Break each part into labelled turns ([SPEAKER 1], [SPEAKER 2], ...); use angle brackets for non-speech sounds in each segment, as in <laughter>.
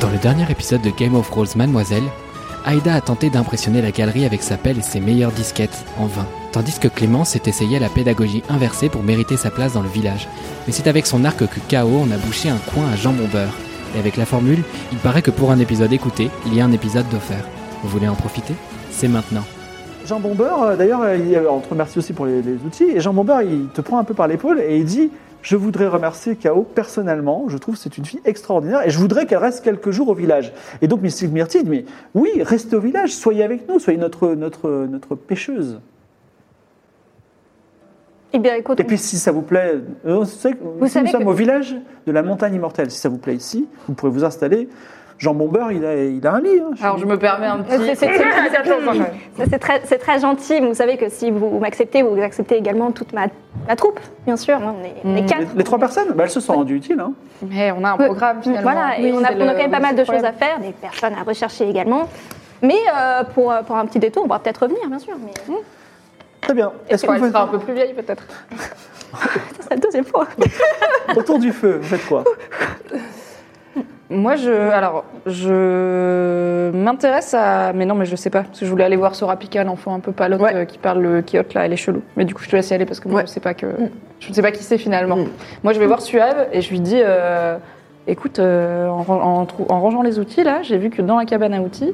[SPEAKER 1] Dans le dernier épisode de Game of Rolls Mademoiselle, Aïda a tenté d'impressionner la galerie avec sa pelle et ses meilleures disquettes, en vain. Tandis que Clément s'est essayé à la pédagogie inversée pour mériter sa place dans le village. Mais c'est avec son arc que KO on a bouché un coin à jambon beurre. Et avec la formule, il paraît que pour un épisode écouté, il y a un épisode d'offert. Vous voulez en profiter C'est maintenant.
[SPEAKER 2] Jean Bombeur, euh, d'ailleurs, euh, il- euh, on te remercie aussi pour les, les outils. Et Jean Bombeur, il te prend un peu par l'épaule et il dit Je voudrais remercier K.O. personnellement. Je trouve que c'est une fille extraordinaire et je voudrais qu'elle reste quelques jours au village. Et donc, Miss Myrtille dit Mais oui, restez au village, soyez avec nous, soyez notre, notre, notre pêcheuse.
[SPEAKER 3] Eh bien, écoute,
[SPEAKER 2] Et puis, si ça vous plaît, euh, vous savez que- nous
[SPEAKER 3] savez
[SPEAKER 2] sommes
[SPEAKER 3] que-
[SPEAKER 2] au village de la montagne immortelle. Si ça vous plaît ici, vous pourrez vous installer. Jean Bombeur, il a, il a un lit. hein, chez
[SPEAKER 4] Alors
[SPEAKER 2] lui.
[SPEAKER 4] je me permets un
[SPEAKER 3] euh, c'est- c'est-
[SPEAKER 4] petit.
[SPEAKER 3] <laughs> c'est- c'est très, c'est très gentil. Vous savez que si vous m'acceptez, vous acceptez également toute ma, ma troupe, bien sûr. hein, On est, on est
[SPEAKER 4] Mm.
[SPEAKER 3] quatre.
[SPEAKER 2] les, les trois personnes, bah, elles se sont rendues utiles. hein.
[SPEAKER 4] Mais on a un programme finalement.
[SPEAKER 3] Voilà, et on, a, on
[SPEAKER 4] c'est
[SPEAKER 3] a
[SPEAKER 4] le-
[SPEAKER 3] quand même pas mal de
[SPEAKER 4] c'est le
[SPEAKER 3] choses à faire, des personnes à rechercher également. Mais euh, pour, euh, pour un petit détour, on va peut-être revenir, bien sûr. Mais hein,
[SPEAKER 2] Très bien. Est-ce
[SPEAKER 4] problème.
[SPEAKER 2] qu'on
[SPEAKER 4] Elle sera un
[SPEAKER 2] fait
[SPEAKER 4] peu plus vieille peut-être.
[SPEAKER 3] ça sera la deuxième fois.
[SPEAKER 2] autour du feu Vous faites quoi
[SPEAKER 4] Moi, je, alors, je m'intéresse à, mais non, mais je sais pas, parce que je voulais aller voir Sorapika, l'enfant un peu palote
[SPEAKER 5] Ouais.
[SPEAKER 4] euh, qui parle le kiote là, elle est chelou. Mais du coup, je te laisse y aller parce que moi,
[SPEAKER 5] Ouais. Mm.
[SPEAKER 4] je sais pas que, je ne sais pas qui c'est finalement. Moi, je vais voir Suave et je lui dis, euh, écoute, euh, en, ran- en trou- en rangeant les outils là, j'ai vu que dans la cabane à outils,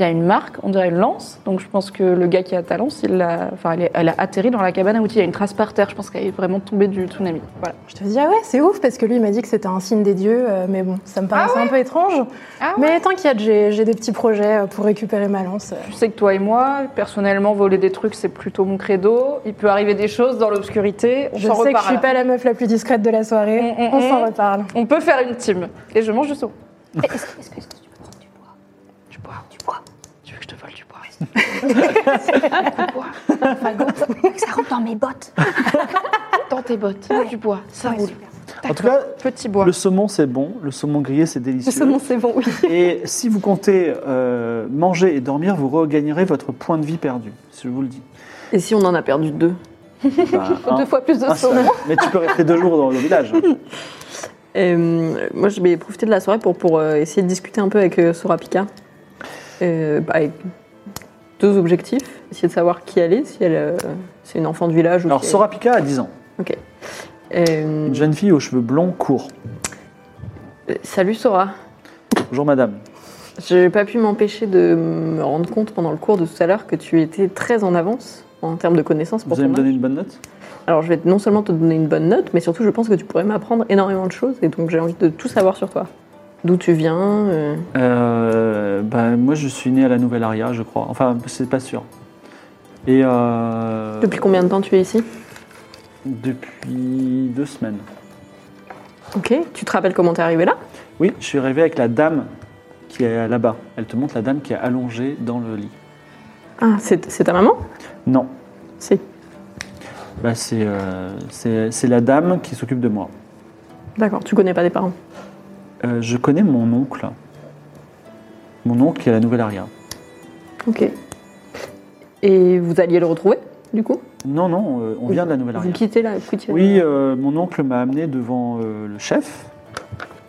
[SPEAKER 4] il y a une marque, on dirait une lance. Donc, je pense que le gars qui a ta lance, il l'a- enfin, elle, est- elle a atterri dans la cabane à outils. Il y a une trace par terre. Je pense qu'elle est vraiment tombée du tsunami. Voilà.
[SPEAKER 5] Je te dis, ah ouais, c'est ouf, parce que lui, il m'a dit que c'était un signe des dieux, euh, mais bon, ça me paraissait un peu étrange.
[SPEAKER 4] Ah
[SPEAKER 5] Mais t'inquiète, j'ai j'ai des petits projets euh, pour récupérer ma lance.
[SPEAKER 4] Je sais que toi et moi, personnellement, voler des trucs, c'est plutôt mon credo. Il peut arriver des choses dans l'obscurité. On
[SPEAKER 5] Je
[SPEAKER 4] s'en
[SPEAKER 5] sais que je
[SPEAKER 4] reparle.
[SPEAKER 5] suis pas la meuf la plus discrète de la soirée,
[SPEAKER 4] Mm, mm,
[SPEAKER 5] on s'en
[SPEAKER 4] mm.
[SPEAKER 5] reparle.
[SPEAKER 4] On peut faire une team. Et je mange du saut.
[SPEAKER 3] Est-ce que- est-ce que est-ce que tu peux prendre du bois
[SPEAKER 4] Du bois.
[SPEAKER 3] Du bois
[SPEAKER 4] Tu veux que je te vole du bois
[SPEAKER 3] Ça rentre dans mes bottes.
[SPEAKER 4] Dans tes bottes. Du bois.
[SPEAKER 6] Ah,
[SPEAKER 4] Ça
[SPEAKER 3] Ouais,
[SPEAKER 4] roule.
[SPEAKER 3] super.
[SPEAKER 2] En tout cas,
[SPEAKER 4] Petit bois.
[SPEAKER 2] Le saumon, c'est bon. Le saumon grillé, c'est délicieux.
[SPEAKER 3] Le saumon, c'est bon, oui.
[SPEAKER 2] <laughs> Et si vous comptez euh, manger et dormir, vous regagnerez votre point de vie perdu, si je vous
[SPEAKER 3] <laughs>
[SPEAKER 2] le dis.
[SPEAKER 5] Et si on en a perdu deux
[SPEAKER 2] Bah, un-
[SPEAKER 3] Deux fois plus de
[SPEAKER 2] un seul.
[SPEAKER 3] saumon.
[SPEAKER 2] Mais tu peux rester deux jours dans le
[SPEAKER 3] <laughs>
[SPEAKER 2] village.
[SPEAKER 6] Et, euh, moi, je vais profiter de la soirée pour, pour euh, essayer de discuter un peu avec euh, Sorapika. Euh, bah, avec deux objectifs. Essayer de savoir qui elle est, si elle euh, c'est une enfant de village ou
[SPEAKER 2] Alors,
[SPEAKER 6] si elle-
[SPEAKER 2] Sorapika a 10 ans.
[SPEAKER 6] Euh,
[SPEAKER 2] Une jeune fille aux cheveux blonds courts.
[SPEAKER 6] euh, Salut Sora.
[SPEAKER 2] Bonjour, madame.
[SPEAKER 6] J'ai pas pu m'empêcher de me rendre compte pendant le cours de tout à l'heure que tu étais très en avance en termes de connaissances
[SPEAKER 2] Vous
[SPEAKER 6] pour
[SPEAKER 2] allez
[SPEAKER 6] ton
[SPEAKER 2] me
[SPEAKER 6] âge.
[SPEAKER 2] donner une bonne note
[SPEAKER 6] Alors je vais non seulement te donner une bonne note, mais surtout je pense que tu pourrais m'apprendre énormément de choses et donc j'ai envie de tout savoir sur toi. D'où tu viens euh,
[SPEAKER 2] Euh, bah, Moi, je suis né à la Nouvelle-Aria, je crois. Enfin, c'est pas sûr. Et euh,
[SPEAKER 6] Depuis combien de temps tu es ici
[SPEAKER 2] Depuis deux semaines.
[SPEAKER 6] Ok, tu te rappelles comment t'es arrivé là
[SPEAKER 2] Oui, je suis rêvé avec la dame qui est là-bas. Elle te montre la dame qui est allongée dans le lit.
[SPEAKER 6] Ah, c'est c'est ta maman
[SPEAKER 2] Non,
[SPEAKER 6] Si.
[SPEAKER 2] Bah, c'est, euh, c'est, c'est la dame qui s'occupe de moi.
[SPEAKER 6] D'accord, tu connais pas tes parents.
[SPEAKER 2] Euh, je connais mon oncle. Mon oncle qui est à la nouvelle aria.
[SPEAKER 6] Ok. Et vous alliez le retrouver, du coup
[SPEAKER 2] Non, non, euh, on vient de la nouvelle
[SPEAKER 6] Vous
[SPEAKER 2] aria.
[SPEAKER 6] quittez là vous quittez-
[SPEAKER 2] Oui, euh, mon oncle m'a amené devant euh, le chef.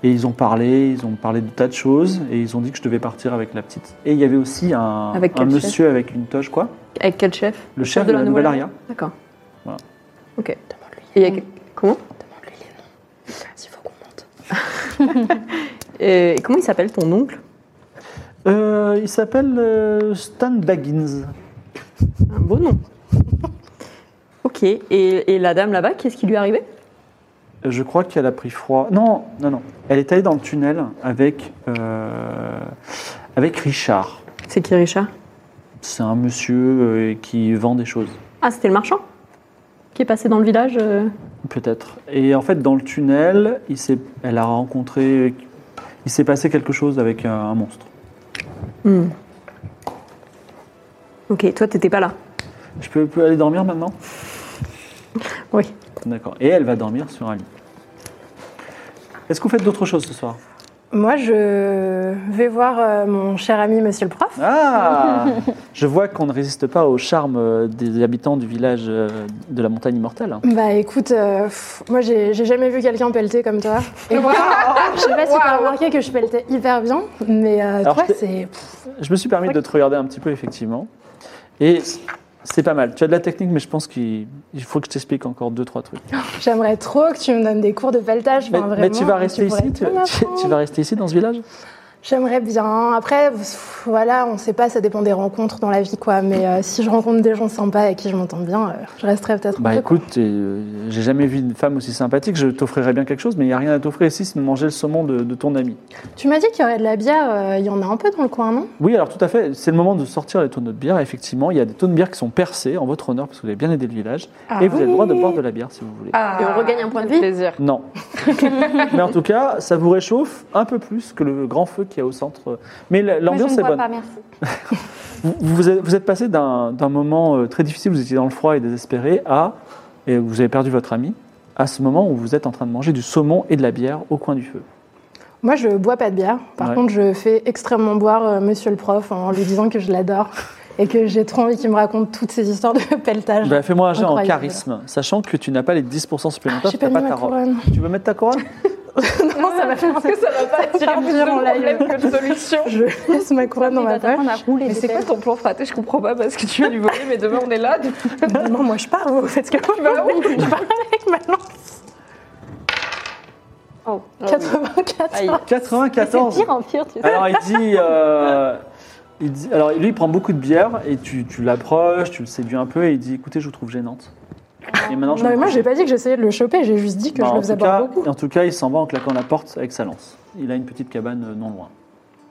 [SPEAKER 2] Et ils ont parlé, ils ont parlé de tas de choses. Et ils ont dit que je devais partir avec la petite. Et il y avait aussi un,
[SPEAKER 6] Avec
[SPEAKER 2] un
[SPEAKER 6] quel chef
[SPEAKER 2] monsieur avec une toge, quoi.
[SPEAKER 6] Avec quel chef
[SPEAKER 2] Le chef de la nouvelle aria.
[SPEAKER 6] D'accord.
[SPEAKER 2] Voilà.
[SPEAKER 6] Ok. Et il y a que- Comment <laughs> Et comment il s'appelle ton oncle
[SPEAKER 2] Euh, il s'appelle euh, Stan Baggins.
[SPEAKER 6] Un <laughs> beau nom. ok, et, et la dame là-bas, qu'est-ce qui lui est arrivé
[SPEAKER 2] Je crois qu'elle a pris froid. Non, non, non. Elle est allée dans le tunnel avec, euh, avec Richard.
[SPEAKER 6] C'est qui Richard
[SPEAKER 2] C'est un monsieur euh, qui vend des choses,
[SPEAKER 6] Ah, c'était le marchand qui est passé dans le village euh,
[SPEAKER 2] peut-être. Et en fait, dans le tunnel, il s'est- elle a rencontré. Il s'est passé quelque chose avec un, un monstre.
[SPEAKER 6] hmm. Ok, toi, t'étais pas là.
[SPEAKER 2] Je peux, peux aller dormir maintenant
[SPEAKER 6] Oui.
[SPEAKER 2] D'accord. Et elle va dormir sur un lit. Est-ce que vous faites d'autres choses ce soir
[SPEAKER 5] Moi, je vais voir euh, mon cher ami Monsieur le prof.
[SPEAKER 2] Ah Je vois qu'on ne résiste pas au charme euh, des habitants du village euh, de la montagne immortelle.
[SPEAKER 5] Bah écoute, euh, pff, moi j'ai j'ai jamais vu quelqu'un pelleter comme toi. Et <laughs> je sais pas si t'as remarqué que je pelletais hyper bien, mais euh,
[SPEAKER 2] Alors,
[SPEAKER 5] toi
[SPEAKER 2] je t'ai-
[SPEAKER 5] c'est. pff,
[SPEAKER 2] Je me suis permis de te regarder un petit peu, effectivement. Et c'est pas mal. Tu as de la technique, mais je pense qu'il il faut que je t'explique encore deux, trois trucs.
[SPEAKER 5] J'aimerais trop que tu me donnes des cours de pelletage.
[SPEAKER 2] Mais,
[SPEAKER 5] enfin,
[SPEAKER 2] mais
[SPEAKER 5] Ah, vraiment,
[SPEAKER 2] tu vas rester
[SPEAKER 5] pourrais
[SPEAKER 2] ici
[SPEAKER 5] tout
[SPEAKER 2] tu, tu-
[SPEAKER 5] m'apprendre.
[SPEAKER 2] tu vas rester ici, dans ce village
[SPEAKER 5] J'aimerais bien. Après, pff, voilà, on sait pas, ça dépend des rencontres dans la vie, quoi. Mais euh, si je rencontre des gens sympas avec qui je m'entends bien, euh, je resterai peut-être.
[SPEAKER 2] Bah
[SPEAKER 5] un peu, quoi.
[SPEAKER 2] écoute, euh, j'ai jamais vu une femme aussi sympathique. Je t'offrirais bien quelque chose, mais il n'y a rien à t'offrir ici, c'est de manger le saumon de, de ton ami.
[SPEAKER 5] Tu m'as dit qu'il y aurait de la bière. euh, Il y en a un peu dans le coin, non
[SPEAKER 2] Oui, alors tout à fait. C'est le moment de sortir les tonneaux de bière. Effectivement, il y a des tonneaux de bière qui sont percés en votre honneur, parce que vous avez bien aidé le village.
[SPEAKER 5] Ah
[SPEAKER 2] et vous avez le droit de boire de la bière si vous voulez.
[SPEAKER 4] Ah,
[SPEAKER 6] Et on regagne un point de vie
[SPEAKER 4] Plaisir.
[SPEAKER 2] Non. mais en tout cas, ça vous réchauffe un peu plus que le grand feu qu'il y a au centre. Mais la-
[SPEAKER 3] Moi, je
[SPEAKER 2] l'ambiance est
[SPEAKER 3] ne bois
[SPEAKER 2] bonne.
[SPEAKER 3] pas, merci.
[SPEAKER 2] Vous, vous êtes, vous êtes passé d'un d'un moment euh, très difficile, vous étiez dans le froid et désespéré, à, et vous avez perdu votre ami, à ce moment où vous êtes en train de manger du saumon et de la bière au coin du feu.
[SPEAKER 5] Moi, je bois pas de bière. Par
[SPEAKER 2] Ouais.
[SPEAKER 5] contre, je fais extrêmement boire euh, Monsieur le prof en lui disant que je l'adore <laughs> et que j'ai trop envie qu'il me raconte toutes ces histoires de <laughs> pelletage.
[SPEAKER 2] Bah, Fais-moi un jet en
[SPEAKER 5] Ah, Incroyable.
[SPEAKER 2] charisme, sachant que tu n'as pas les 10%
[SPEAKER 5] Ah,
[SPEAKER 2] supplémentaires,
[SPEAKER 5] J'ai
[SPEAKER 2] tu
[SPEAKER 5] pas
[SPEAKER 2] n'as
[SPEAKER 5] mis
[SPEAKER 2] pas ta
[SPEAKER 5] ma
[SPEAKER 2] robe.
[SPEAKER 5] couronne.
[SPEAKER 2] Tu veux mettre ta couronne
[SPEAKER 5] Non, <laughs> ça m'a fait penser.
[SPEAKER 4] Ça va pas
[SPEAKER 5] attirer plus de problèmes
[SPEAKER 4] que de solution.
[SPEAKER 5] Je laisse ma couronne dans
[SPEAKER 3] Il
[SPEAKER 5] ma
[SPEAKER 3] va
[SPEAKER 5] poche.
[SPEAKER 3] t'apprendre à rouler
[SPEAKER 4] Mais
[SPEAKER 3] des
[SPEAKER 4] c'est quoi
[SPEAKER 3] pelles.
[SPEAKER 4] ton plan fraté Je comprends pas parce que tu veux lui voler, mais demain on est là. donc-
[SPEAKER 5] Non, moi, je pars. Vous faites ce que vous voulez. Bah Je pars avec ma lance.
[SPEAKER 3] Oh.
[SPEAKER 5] 84.
[SPEAKER 6] Aïe.
[SPEAKER 2] 94
[SPEAKER 3] C'est pire en pire, tu sais.
[SPEAKER 2] Alors il dit, euh, il dit- alors lui il prend beaucoup de bière et tu, tu l'approches, tu le séduis un peu et il dit écoutez je vous trouve gênante. Et maintenant je
[SPEAKER 5] Non, mais
[SPEAKER 2] me
[SPEAKER 5] moi,
[SPEAKER 2] couche.
[SPEAKER 5] j'ai pas dit que j'essayais de le choper. J'ai juste dit que
[SPEAKER 2] Bah,
[SPEAKER 5] je
[SPEAKER 2] en
[SPEAKER 5] le faisais
[SPEAKER 2] tout cas-
[SPEAKER 5] boire beaucoup.
[SPEAKER 2] En tout cas il s'en va en claquant la porte avec sa lance. Il a une petite cabane euh, non loin.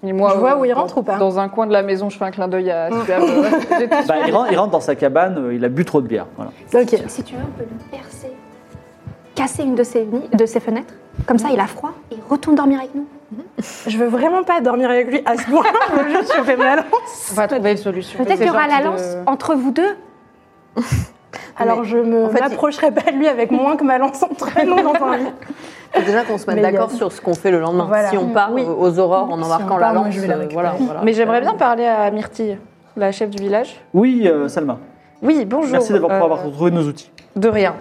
[SPEAKER 4] Et moi,
[SPEAKER 5] Je vois
[SPEAKER 4] euh,
[SPEAKER 5] où il
[SPEAKER 4] dans-
[SPEAKER 5] rentre ou pas
[SPEAKER 4] Dans un coin de la maison, je fais un clin d'œil à Euh, Superbe. J'étais-
[SPEAKER 2] Bah, il, rentre, il rentre dans sa cabane, euh, il a bu trop de bière. Voilà.
[SPEAKER 5] Ok.
[SPEAKER 3] Si tu veux, on peut le percer, casser une de ses, ni- de ses fenêtres. Comme ça, il a froid et il retourne dormir avec nous.
[SPEAKER 5] Je veux vraiment pas dormir avec lui à ce point. <laughs> Je veux juste choper ma lance.
[SPEAKER 4] On va trouver une solution.
[SPEAKER 3] Peut-être
[SPEAKER 4] C'est
[SPEAKER 3] qu'il y aura la
[SPEAKER 4] gentil
[SPEAKER 3] lance
[SPEAKER 4] de-
[SPEAKER 3] entre vous deux.
[SPEAKER 5] Alors, je me
[SPEAKER 6] en fait,
[SPEAKER 5] m'approcherai pas de lui avec moins que ma lance entre nous dans un lit.
[SPEAKER 6] Faut Ah, Déjà qu'on se mette
[SPEAKER 5] Mais
[SPEAKER 6] d'accord
[SPEAKER 5] yes.
[SPEAKER 6] sur ce qu'on fait le lendemain.
[SPEAKER 5] Voilà.
[SPEAKER 6] Si on part
[SPEAKER 5] Oui.
[SPEAKER 6] euh, aux aurores en
[SPEAKER 5] Si
[SPEAKER 6] embarquant
[SPEAKER 5] on
[SPEAKER 6] la
[SPEAKER 5] part, moi,
[SPEAKER 6] lance,
[SPEAKER 5] je vais la
[SPEAKER 6] euh,
[SPEAKER 5] récupérer.
[SPEAKER 6] voilà, voilà.
[SPEAKER 4] Mais j'aimerais bien parler à Myrtille, la chef du village.
[SPEAKER 2] Oui, euh, Salma,
[SPEAKER 4] Oui, bonjour.
[SPEAKER 2] merci d'avoir pour
[SPEAKER 4] Euh,
[SPEAKER 2] avoir retrouvé nos outils.
[SPEAKER 4] De rien.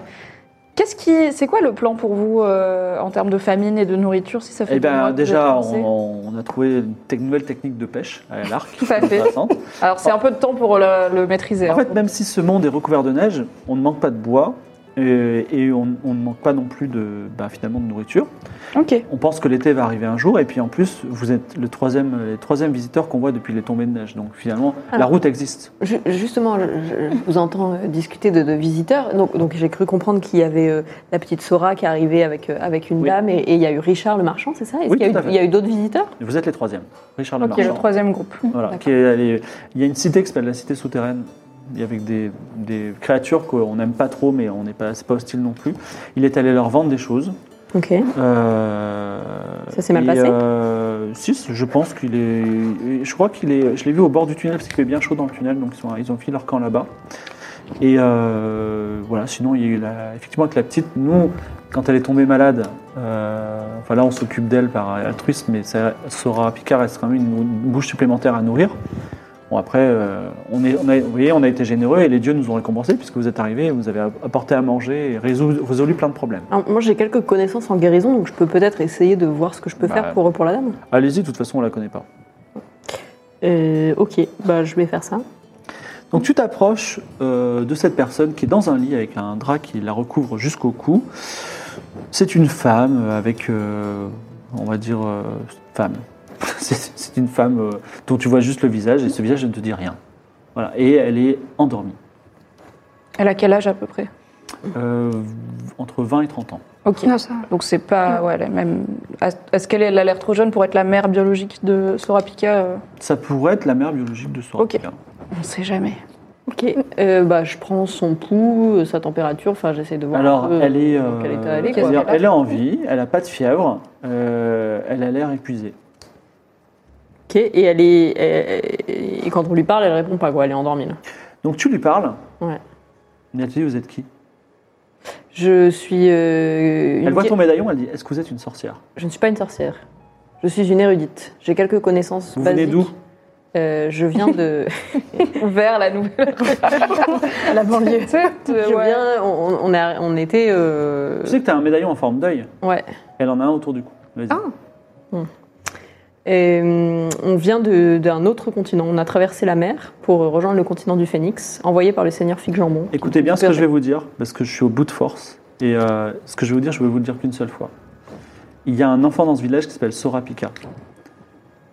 [SPEAKER 4] Qu'est-ce qui, c'est quoi le plan pour vous euh, en termes de famine et de nourriture si ça fait
[SPEAKER 2] Eh
[SPEAKER 4] deux mois
[SPEAKER 2] bien
[SPEAKER 4] que vous
[SPEAKER 2] déjà
[SPEAKER 4] êtes lancés
[SPEAKER 2] on, on a trouvé une te- nouvelle technique de pêche à l'arc.
[SPEAKER 4] Tout à fait.
[SPEAKER 2] Intéressante.
[SPEAKER 4] Alors c'est un peu de temps pour le, le maîtriser.
[SPEAKER 2] En
[SPEAKER 4] hein.
[SPEAKER 2] fait, même si ce monde est recouvert de neige, on ne manque pas de bois euh, et on, on ne manque pas non plus de, bah, finalement de nourriture.
[SPEAKER 4] Ok.
[SPEAKER 2] On pense que l'été va arriver un jour et puis en plus, vous êtes le troisième, les troisième visiteur qu'on voit depuis les tombées de neige. Donc finalement,
[SPEAKER 4] Ah.
[SPEAKER 2] la route existe.
[SPEAKER 6] Ju- Justement, je, je- je vous entends euh, discuter de, de visiteurs. Donc, donc j'ai cru comprendre qu'il y avait euh, la petite Sora qui est arrivée avec, euh, avec une
[SPEAKER 2] Oui.
[SPEAKER 6] dame et et il y a eu Richard le marchand, c'est ça Est-ce
[SPEAKER 2] Oui,
[SPEAKER 6] qu'il y, a
[SPEAKER 2] tout à
[SPEAKER 6] eu-
[SPEAKER 2] fait.
[SPEAKER 6] il y a eu d'autres visiteurs
[SPEAKER 2] Vous êtes les troisièmes. Richard
[SPEAKER 4] Ok, le
[SPEAKER 2] Lamarchand.
[SPEAKER 4] troisième groupe.
[SPEAKER 2] Voilà, qui est allé- Il y a une cité qui s'appelle la cité souterraine, et avec des, des créatures qu'on n'aime pas trop, mais on n'est pas, c'est pas hostile non plus. Il est allé leur vendre des choses.
[SPEAKER 6] Ok.
[SPEAKER 2] Euh,
[SPEAKER 6] Ça s'est mal
[SPEAKER 2] et,
[SPEAKER 6] passé
[SPEAKER 2] euh, Si, si, je pense qu'il est. Je crois qu'il est. Je l'ai vu au bord du tunnel parce qu'il fait bien chaud dans le tunnel, donc ils, sont- ils ont fini leur camp là-bas. Et euh, voilà, sinon, il y a eu la- effectivement, avec la petite, nous, quand elle est tombée malade, euh, enfin là, on s'occupe d'elle par altruisme, mais ça, Sora Picard, elle sera une, une bouche supplémentaire à nourrir. Bon, après, euh, on est, on a, vous voyez, on a été généreux et les dieux nous ont récompensés puisque vous êtes arrivés, vous avez apporté à manger et résolu, résolu plein de problèmes.
[SPEAKER 6] Alors, moi, j'ai quelques connaissances en guérison, donc je peux peut-être essayer de voir ce que je peux
[SPEAKER 2] Bah,
[SPEAKER 6] faire pour, pour la dame.
[SPEAKER 2] Allez-y, de toute façon, on la connaît pas.
[SPEAKER 6] Euh, ok, bah, je vais faire ça.
[SPEAKER 2] Donc tu t'approches euh, de cette personne qui est dans un lit avec un drap qui la recouvre jusqu'au cou. C'est une femme euh, avec, euh, on va dire, euh, femme. <laughs> C'est c'est une femme euh, dont tu vois juste le visage et ce visage ne te dit rien. Voilà, et elle est endormie.
[SPEAKER 4] Elle a quel âge à peu près
[SPEAKER 2] Euh, entre 20 et 30 ans.
[SPEAKER 4] Ok.
[SPEAKER 3] Non, ça.
[SPEAKER 4] Donc c'est pas ouais, la même. Est-ce qu'elle est- elle a l'air trop jeune pour être la mère biologique de Sorapika euh
[SPEAKER 2] Ça pourrait être la mère biologique de Sora.
[SPEAKER 4] Ok. On sait jamais.
[SPEAKER 6] Ok, euh, bah, je prends son pouls, euh, sa température, enfin j'essaie de voir. un
[SPEAKER 2] Alors,
[SPEAKER 6] peu
[SPEAKER 2] elle est,
[SPEAKER 6] dans quel
[SPEAKER 2] euh,
[SPEAKER 6] état elle est,
[SPEAKER 2] je veux
[SPEAKER 6] quoi.
[SPEAKER 2] dire, elle est en vie, elle n'a pas de fièvre, euh, elle a l'air épuisée.
[SPEAKER 6] Ok, et elle est. elle- et quand on lui parle, elle répond pas quoi, elle est endormie là.
[SPEAKER 2] Donc tu lui parles.
[SPEAKER 6] Ouais.
[SPEAKER 2] Nathalie, vous êtes qui
[SPEAKER 6] Je suis. euh, une
[SPEAKER 2] Elle voit
[SPEAKER 6] gué-
[SPEAKER 2] ton médaillon, elle dit Est-ce que vous êtes une sorcière
[SPEAKER 6] Je ne suis pas une sorcière. Je suis une érudite. J'ai quelques connaissances
[SPEAKER 2] Vous
[SPEAKER 6] basiques.
[SPEAKER 2] venez d'où
[SPEAKER 6] Euh, Je viens de. <laughs>
[SPEAKER 4] Vers la nouvelle.
[SPEAKER 5] La banlieue.
[SPEAKER 4] Tu sais, tu-
[SPEAKER 6] je
[SPEAKER 4] ouais.
[SPEAKER 6] viens. On, on a- on était. euh,
[SPEAKER 2] Tu sais que tu as un médaillon en forme d'œil.
[SPEAKER 6] Ouais.
[SPEAKER 2] Elle en a un autour du cou. Vas-y.
[SPEAKER 6] Ah. Et, hum, on vient de- d'un autre continent. On a traversé la mer pour rejoindre le continent du Phénix, envoyé par le seigneur Fig Jambon.
[SPEAKER 2] Écoutez bien ce que je vais vous dire, parce que je suis au bout de force. Et euh, ce que je vais vous dire, je vais vous le dire qu'une seule fois. Il y a un enfant dans ce village qui s'appelle Sorapika.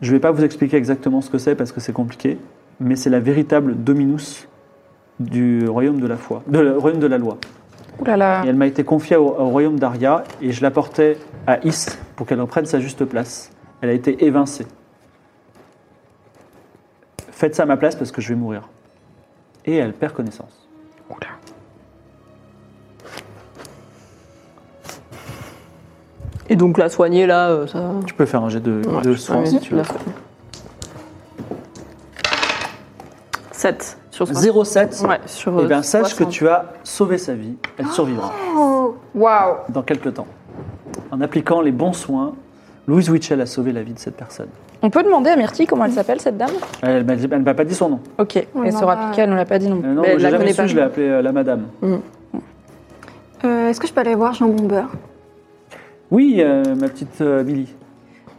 [SPEAKER 2] Je ne vais pas vous expliquer exactement ce que c'est parce que c'est compliqué, mais c'est la véritable Dominus du royaume de la foi, de le royaume de la loi.
[SPEAKER 4] Ouh là là.
[SPEAKER 2] Et elle m'a été confiée au, au royaume d'Aria et je la portais à Is pour qu'elle reprenne sa juste place. Elle a été évincée. Faites ça à ma place parce que je vais mourir. Et elle perd connaissance.
[SPEAKER 6] Et donc la soigner là, euh, ça.
[SPEAKER 2] Tu peux faire un jet de,
[SPEAKER 6] Ouais,
[SPEAKER 2] de
[SPEAKER 6] je-
[SPEAKER 2] soins
[SPEAKER 6] ouais,
[SPEAKER 2] si tu veux.
[SPEAKER 6] la soigne. 7 sur 60.
[SPEAKER 2] 0,7.
[SPEAKER 6] Ouais, Oh. sur.
[SPEAKER 2] Eh bien, sache que
[SPEAKER 6] 60.
[SPEAKER 2] tu as sauvé sa vie. Elle survivra
[SPEAKER 4] Waouh.
[SPEAKER 2] dans quelques temps. En appliquant les bons soins, Louise Witchell a sauvé la vie de cette personne.
[SPEAKER 4] On peut demander à Myrtille comment elle s'appelle cette dame
[SPEAKER 2] Elle m'a dit- elle m'a pas dit son nom.
[SPEAKER 4] Ok.
[SPEAKER 5] On
[SPEAKER 4] et
[SPEAKER 5] en
[SPEAKER 4] Sorapika elle nous l'a pas dit non.
[SPEAKER 2] Euh, non,
[SPEAKER 6] Mais
[SPEAKER 2] moi,
[SPEAKER 6] elle
[SPEAKER 2] je
[SPEAKER 6] la
[SPEAKER 2] l'ai jamais
[SPEAKER 6] connaît
[SPEAKER 2] su,
[SPEAKER 6] pas.
[SPEAKER 2] je l'ai appelée euh, la madame.
[SPEAKER 3] Euh, Est-ce que je peux aller voir Jean Bombeur
[SPEAKER 2] Oui, euh, ma petite euh, Billy.